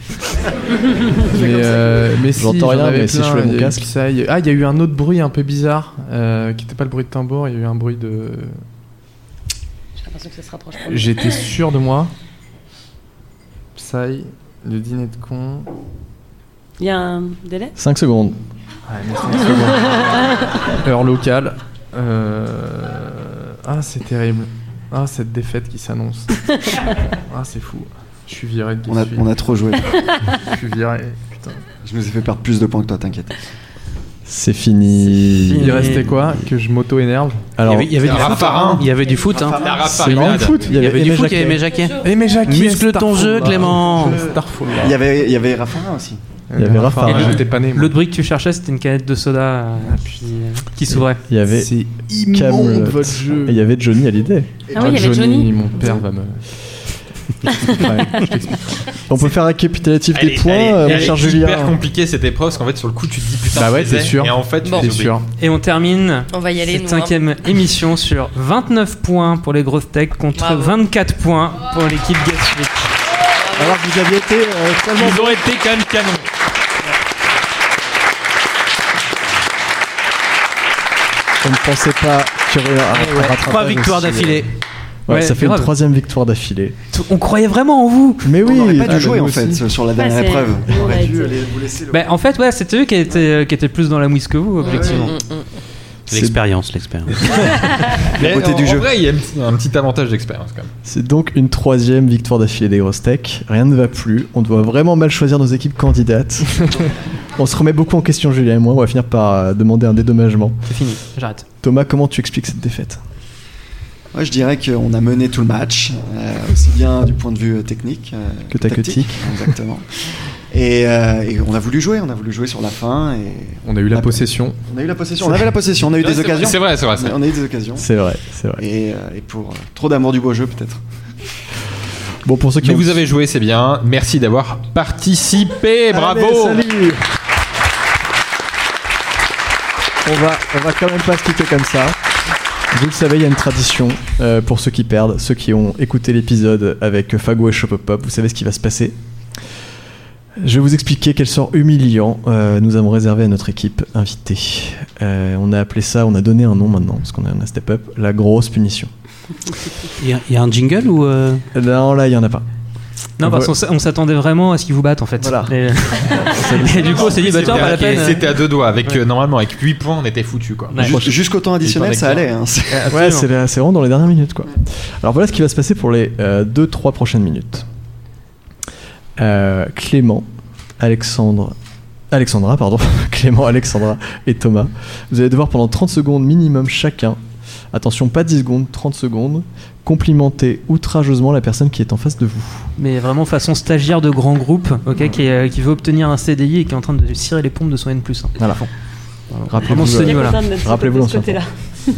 S8: mais, euh, mais si,
S1: J'entends
S8: j'en
S1: rien,
S8: avais
S1: mais si
S8: plein,
S1: je mets mon
S8: il y a eu
S1: casque.
S8: ça, il y a- Ah, il y a eu un autre bruit un peu bizarre euh, qui n'était pas le bruit de tambour, il y a eu un bruit de.
S2: J'ai l'impression que ça se rapproche. pas.
S8: J'étais sûr de moi. Psy, le dîner de con.
S2: Il y a un délai
S1: 5 secondes.
S8: Ouais, mais cinq secondes. Heure locale. Euh, Ah, c'est terrible. Ah, cette défaite qui s'annonce. ah, c'est fou. Je suis viré de
S7: On a,
S8: Guessu.
S7: on a trop joué.
S8: Je suis viré, putain.
S7: Je nous ai fait perdre plus de points que toi, t'inquiète.
S1: C'est fini.
S8: Il restait quoi Que je m'auto-énerve
S1: Alors,
S5: il y avait, il y avait du foot, il y avait du foot. Hein.
S8: C'est grand le foot.
S5: Il y avait du foot, il y avait Aimé Jacquet.
S8: Aimé Jacquet,
S5: Muscle ton
S8: Starfoula.
S5: jeu, Clément.
S8: Starfoula.
S7: Il y avait, il y avait Raffarin aussi.
S1: Il y avait Rafa.
S3: Et le-
S8: j'étais pas né, moi.
S3: L'autre brique que tu cherchais, c'était une canette de soda euh, puis, euh, qui s'ouvrait.
S1: Il y avait
S8: C'est
S1: Camelot.
S8: votre jeu.
S1: Et il y avait Johnny à l'idée.
S2: Ah oui, il y avait Johnny.
S8: Mon père va me.
S1: Ouais, je t'expliquerai. On peut faire un récapitulatif des points, euh, mon
S4: elle
S1: cher
S4: est hyper
S1: Julien.
S4: compliqué cette épreuve parce qu'en fait sur le coup tu te dis putain
S1: Bah
S4: je
S1: ouais,
S4: les
S1: t'es
S4: ai,
S1: sûr.
S4: et en fait tu
S1: Bon.
S4: les
S1: T'es
S4: oublies.
S1: sûr.
S3: Et on termine
S9: On va y aller,
S3: cette
S9: nous, hein.
S3: cinquième émission sur 29 points pour les grosses tech contre 24 points pour l'équipe Gatchwick.
S1: Alors vous aviez été euh, tellement...
S4: Ils ont été quand même canons.
S1: On ne pensait pas euh, qu'il y aurait un- un
S3: Ouais,
S1: rattrapage
S3: trois victoires
S1: aussi,
S3: d'affilée.
S1: Ouais,
S3: Ouais,
S1: ça fait une
S3: grave.
S1: troisième victoire d'affilée.
S3: On croyait vraiment en vous.
S1: Mais oui,
S7: n'aurait pas dû jouer, en fait, sur la dernière Ouais, Bah, c'est- épreuve.
S1: On aurait
S7: dû aller vous laisser le-
S3: Bah, en fait, ouais, c'était eux qui étaient, qui étaient plus dans la mouise que vous, objectivement.
S5: L'expérience, l'expérience.
S4: Mais
S1: beauté
S4: en-
S1: du
S4: en
S1: jeu.
S4: vrai, il y a un petit, un petit avantage d'expérience quand même.
S1: C'est donc une troisième victoire d'affilée des grosses tech. Rien ne va plus. On doit vraiment mal choisir nos équipes candidates. on se remet beaucoup en question, Julien et moi. On va finir par euh, demander un dédommagement.
S3: C'est fini, j'arrête.
S1: Thomas, comment tu expliques cette défaite
S7: Moi, je dirais qu'on a mené tout le match, euh, aussi bien du point de vue euh, technique euh,
S1: Que tactique.
S7: Exactement. Et, euh, et on a voulu jouer, on a voulu jouer sur la fin. Et
S8: On a eu la possession.
S7: on a eu la possession, on avait la possession, on a eu
S4: Ouais,
S7: des
S4: c'est vrai,
S7: occasions.
S4: c'est vrai, c'est vrai, c'est
S7: On a-
S4: vrai.
S7: On a eu des occasions.
S1: C'est vrai, c'est vrai.
S7: Et, euh, et pour euh, trop d'amour du beau jeu, peut-être.
S1: Bon, pour ceux qui
S4: Mais
S1: ont-
S4: vous avez joué, c'est bien. Merci d'avoir participé. Bravo.
S1: Allez, salut on va, on va quand même pas se quitter comme ça. Vous le savez, il y a une tradition euh, pour ceux qui perdent, ceux qui ont écouté l'épisode avec Fago et Chopopop, Pop, vous savez ce qui va se passer. Je vais vous expliquer quel sort humiliant euh, nous avons réservé à notre équipe invitée. Euh, on a appelé ça, on a donné un nom maintenant, parce qu'on a un step up, la grosse punition.
S5: Il y a- il y, a un jingle ou. euh,
S1: Non, là, il n'y en a pas.
S3: Non, parce
S1: Voilà.
S3: qu'on s- on s'attendait vraiment à ce qu'ils vous battent, en fait. Et, et du coup, on s'est dit, bah, tiens, pas la
S4: C'était-
S3: peine.
S4: C'était à deux doigts. Avec
S3: Ouais.
S4: euh, normalement avec 8 points, on était foutu quoi.
S3: Ouais.
S7: Jus- Jusqu'au temps additionnel, ça allait. hein. C'est-
S1: Ouais, c'est la- c'est vraiment dans les dernières minutes, quoi. Alors voilà ce qui va se passer pour les 2-3 prochaines minutes. Euh, Clément, Alexandre, Alexandra, pardon, Clément, Alexandra et Thomas, vous allez devoir pendant 30 secondes minimum chacun, attention, pas 10 secondes, 30 secondes, complimenter outrageusement la personne qui est en face de vous.
S3: Mais vraiment façon stagiaire de grand groupe, ok, qui, euh, qui veut obtenir un CDI et qui est en train de cirer les pompes de son N plus 1.
S1: Voilà.
S3: Vraiment
S1: Rappelez-vous
S7: euh,
S3: ce
S5: euh,
S1: le-
S3: niveau-là.
S1: rappelez-vous l'ancien temps.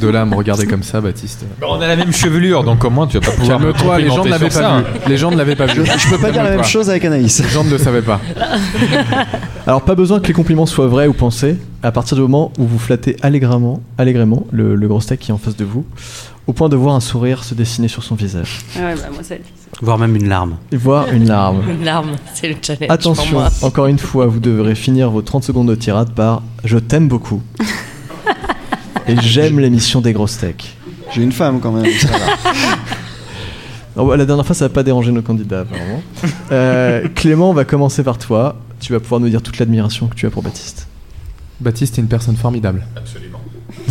S8: De là à me regarder comme ça, Baptiste.
S4: Bah, on a la même chevelure, donc au moins tu vas pas pouvoir. me
S8: Calme-toi, les gens ne
S4: complimenter
S8: l'avaient
S4: sur
S8: pas
S4: ça.
S8: vu. Les gens ne l'avaient pas vu.
S7: Je peux pas dire la même chose avec Anaïs.
S8: Les gens ne le savaient pas.
S1: Alors pas besoin que les compliments soient vrais ou pensés. À partir du moment où vous flattez allègrement, allègrement le, le gros steak qui est en face de vous, au point de voir un sourire se dessiner sur son visage,
S2: Ah ouais, bah, moi, c'est-
S5: Voire même une larme.
S1: et voir une larme.
S9: Une larme, c'est le challenge. pour
S1: Attention,
S9: moi.
S1: encore une fois, vous devrez finir vos 30 secondes de tirade par Je t'aime beaucoup. Et j'aime l'émission des grosses tech.
S7: J'ai une femme quand même. ça va.
S1: Ah ouais, la dernière fois, ça n'a pas dérangé nos candidats, apparemment. Euh, Clément, on va commencer par toi. Tu vas pouvoir nous dire toute l'admiration que tu as pour Baptiste.
S8: Baptiste est une personne formidable.
S4: Absolument.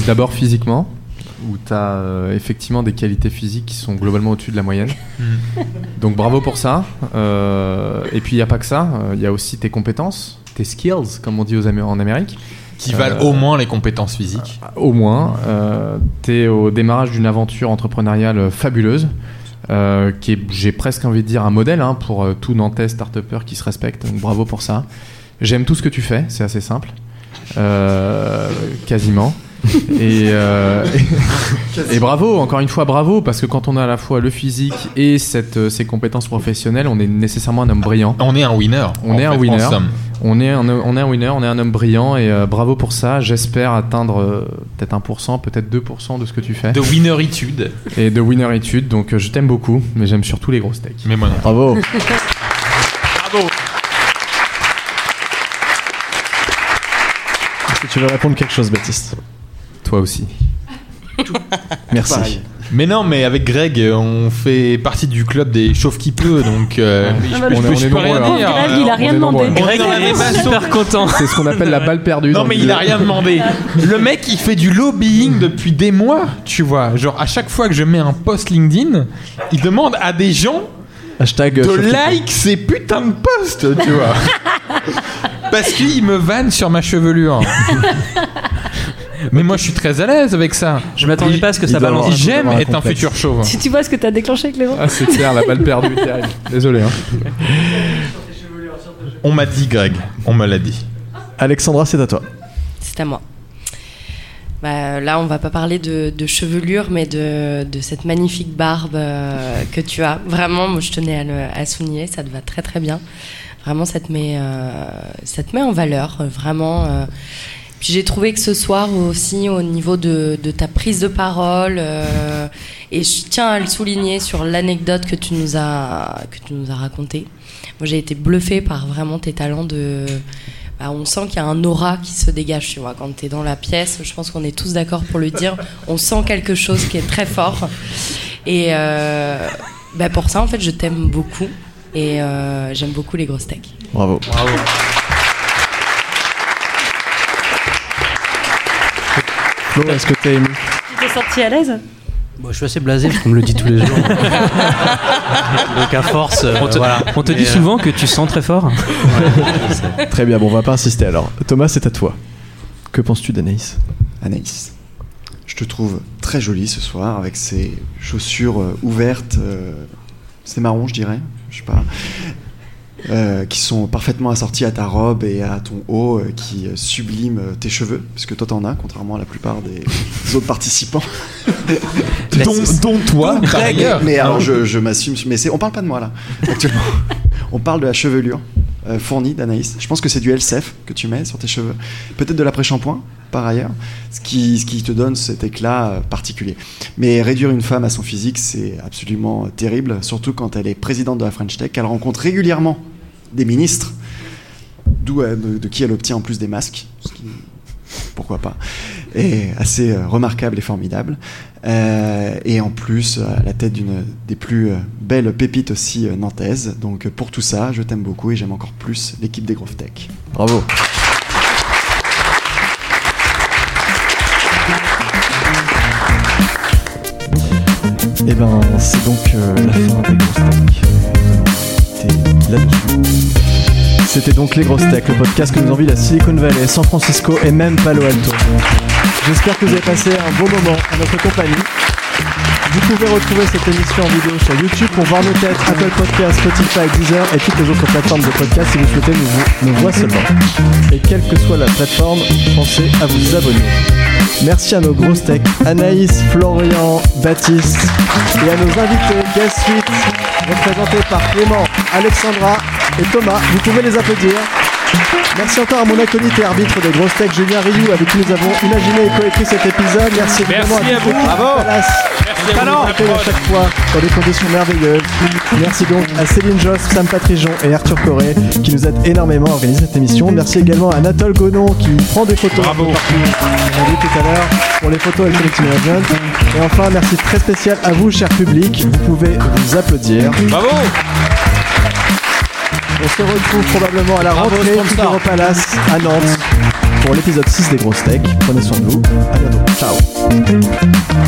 S8: D'abord physiquement, où tu as effectivement des qualités physiques qui sont globalement au-dessus de la moyenne. Donc bravo pour ça. Euh, et puis il n'y a pas que ça, euh, il y a aussi tes compétences, tes skills, comme on dit aux Amé- en Amérique. Euh,
S4: Qui valent au moins les compétences physiques.
S8: Au moins. Euh, T'es au démarrage d'une aventure entrepreneuriale fabuleuse, euh, qui est, j'ai presque envie de dire, un modèle hein, pour euh, tout Nantais start qui se respecte. Donc bravo pour ça. J'aime tout ce que tu fais, c'est assez simple. Euh, quasiment. Et, euh, et- et bravo, encore une fois, bravo, parce que quand on a à la fois le physique et cette, euh, ces compétences professionnelles, on est nécessairement un homme brillant.
S4: On est un winner.
S8: On
S4: en
S8: est un
S4: fait, en
S8: winner.
S4: somme.
S8: On est un, on est un winner, on est un homme brillant et euh, bravo pour ça. J'espère atteindre euh, peut-être 1%, peut-être 2% de ce que tu fais.
S4: De winneritude.
S8: Et de winneritude, donc euh, je t'aime beaucoup, mais j'aime surtout les grosses steaks.
S4: Mais moi non.
S1: Bravo.
S4: Bravo.
S1: Est-ce que tu veux répondre quelque chose, Baptiste
S8: Toi aussi.
S1: Merci.
S4: Pareil. Mais non, mais avec Greg, on fait partie du club des chauves qui pleut, donc euh,
S8: Ouais.
S4: je-
S8: Ah bah,
S4: je
S8: on
S4: peux-
S8: est-
S4: je
S8: on est
S4: peux rien
S8: nombreux,
S4: dire.
S8: hein.
S2: Greg, il a rien
S8: On est
S2: demandé.
S8: nombreux.
S4: Greg, il est super
S3: content.
S8: C'est ce qu'on appelle la balle perdue.
S4: Non
S8: dans
S4: mais
S8: le
S4: il a
S8: milieu.
S4: rien demandé. Le mec il fait du lobbying depuis des mois, tu vois. Genre à chaque fois que je mets un post LinkedIn, il demande à des gens
S1: Hashtag. euh,
S4: de
S1: sur Twitter.
S4: like ces putains de posts, tu vois. Parce qu'il me vanne sur ma chevelure. mais moi je suis très à l'aise avec ça.
S3: Je m'attendais
S4: Il-
S3: pas à ce que ça
S4: il doit
S3: balance.
S4: avoir- J'aime
S3: avoir un
S4: être un
S3: complexe.
S4: futur chauve.
S2: Tu, tu vois ce que t'as déclenché, Clément
S8: Ah, c'est clair, la balle perdue, terrible. Désolé. hein.
S4: On m'a dit Greg, on me l'a dit.
S1: Alexandra, c'est à toi.
S9: C'est à moi. Bah, là, on va pas parler de, de chevelure, mais de, de cette magnifique barbe euh, que tu as. Vraiment, moi, je tenais à, le, à souligner, ça te va très très bien. Vraiment, ça te met, euh, ça te met en valeur, euh, vraiment. euh. Puis j'ai trouvé que ce soir aussi, au niveau de, de ta prise de parole, euh, et je tiens à le souligner sur l'anecdote que tu nous as que tu nous as racontée. Moi, j'ai été bluffée par vraiment tes talents de bah, on sent qu'il y a un aura qui se dégage, tu vois. Quand tu es dans la pièce, je pense qu'on est tous d'accord pour le dire, on sent quelque chose qui est très fort. Et euh, bah, pour ça, en fait, je t'aime beaucoup et euh, j'aime beaucoup les grosses techs.
S1: Bravo. Flo, est-ce que t'as aimé
S2: Tu t'es sorti à l'aise
S5: Moi, je suis assez blasé parce qu'on me le dit tous les jours. Donc à force, euh,
S3: on te,
S5: voilà.
S3: on te
S5: Mais,
S3: dit
S5: euh,
S3: souvent que tu sens très fort.
S1: Très bien, bon, on va pas insister alors. Thomas, c'est à toi. Que penses-tu d'Anaïs
S7: Anaïs, je te trouve très jolie ce soir avec ces chaussures euh, ouvertes, euh, c'est marron je dirais, je sais pas, euh, qui sont parfaitement assorties à ta robe et à ton haut euh, qui euh, sublime euh, tes cheveux, parce que toi t'en as, contrairement à la plupart des autres participants.
S1: Dont- dont toi,
S7: Dont
S1: par
S7: Greg.
S1: ailleurs.
S7: Mais alors
S1: Non.
S7: je, je m'assume, mais c'est- on parle pas de moi là, actuellement. on parle de la chevelure. euh, fournie d'Anaïs. Je pense que c'est du LCF que tu mets sur tes cheveux. Peut-être de l'après-shampoing, par ailleurs, ce qui, ce qui te donne cet éclat euh, particulier. Mais réduire une femme à son physique, c'est absolument terrible, surtout quand elle est présidente de la French Tech. Elle rencontre régulièrement des ministres, d'où elle- de, de qui elle obtient en plus des masques, ce qui pourquoi pas, est assez euh, remarquable et formidable. Euh, et en plus, euh, à la tête d'une des plus euh, belles pépites aussi euh, nantaises. Donc euh, pour tout ça, je t'aime beaucoup et j'aime encore plus l'équipe des Grove Tech.
S1: Bravo. Et ben, c'est donc euh, la fin des grosses tech. C'était là-dessus. C'était donc Les Grosses Tech, le podcast que nous envie la Silicon Valley, San Francisco et même Palo Alto. J'espère que vous avez passé un bon moment à notre compagnie. Vous pouvez retrouver cette émission en vidéo sur YouTube pour voir nos têtes, Apple Podcasts, Spotify, Deezer et toutes les autres plateformes de podcast si vous souhaitez nous, nous voir seulement. Et quelle que soit la plateforme, pensez à vous abonner. Merci à nos grosses techs Anaïs, Florian, Baptiste et à nos invités Guest Suite, représentés par Clément, Alexandra et Thomas. Vous pouvez les applaudir. Merci encore à mon acolyte et arbitre des grosses techs Julien Rioux avec qui nous avons imaginé et coécrit cet épisode. Merci,
S11: Merci
S1: évidemment
S11: à
S1: toute
S11: vous.
S1: l'équipe
S11: Bravo.
S1: Palace.
S11: Merci à
S1: Talent.
S11: vous, la
S1: Accueil à
S11: prod.
S1: chaque fois dans des conditions merveilleuses. Merci donc à Céline Josse, Sam Patrigeon et Arthur Corré qui nous aident énormément à organiser cette émission. Merci également à Anatole Gonon qui prend des photos. Bravo. On l'a vu tout à l'heure pour les photos et le community management. Et enfin, merci très spécial à vous, cher public. Vous pouvez vous applaudir.
S11: Bravo
S1: On se retrouve probablement à la rentrée du Grand Palace à Nantes pour l'épisode 6 des Grosses Tech. Prenez soin de vous. À bientôt. Ciao.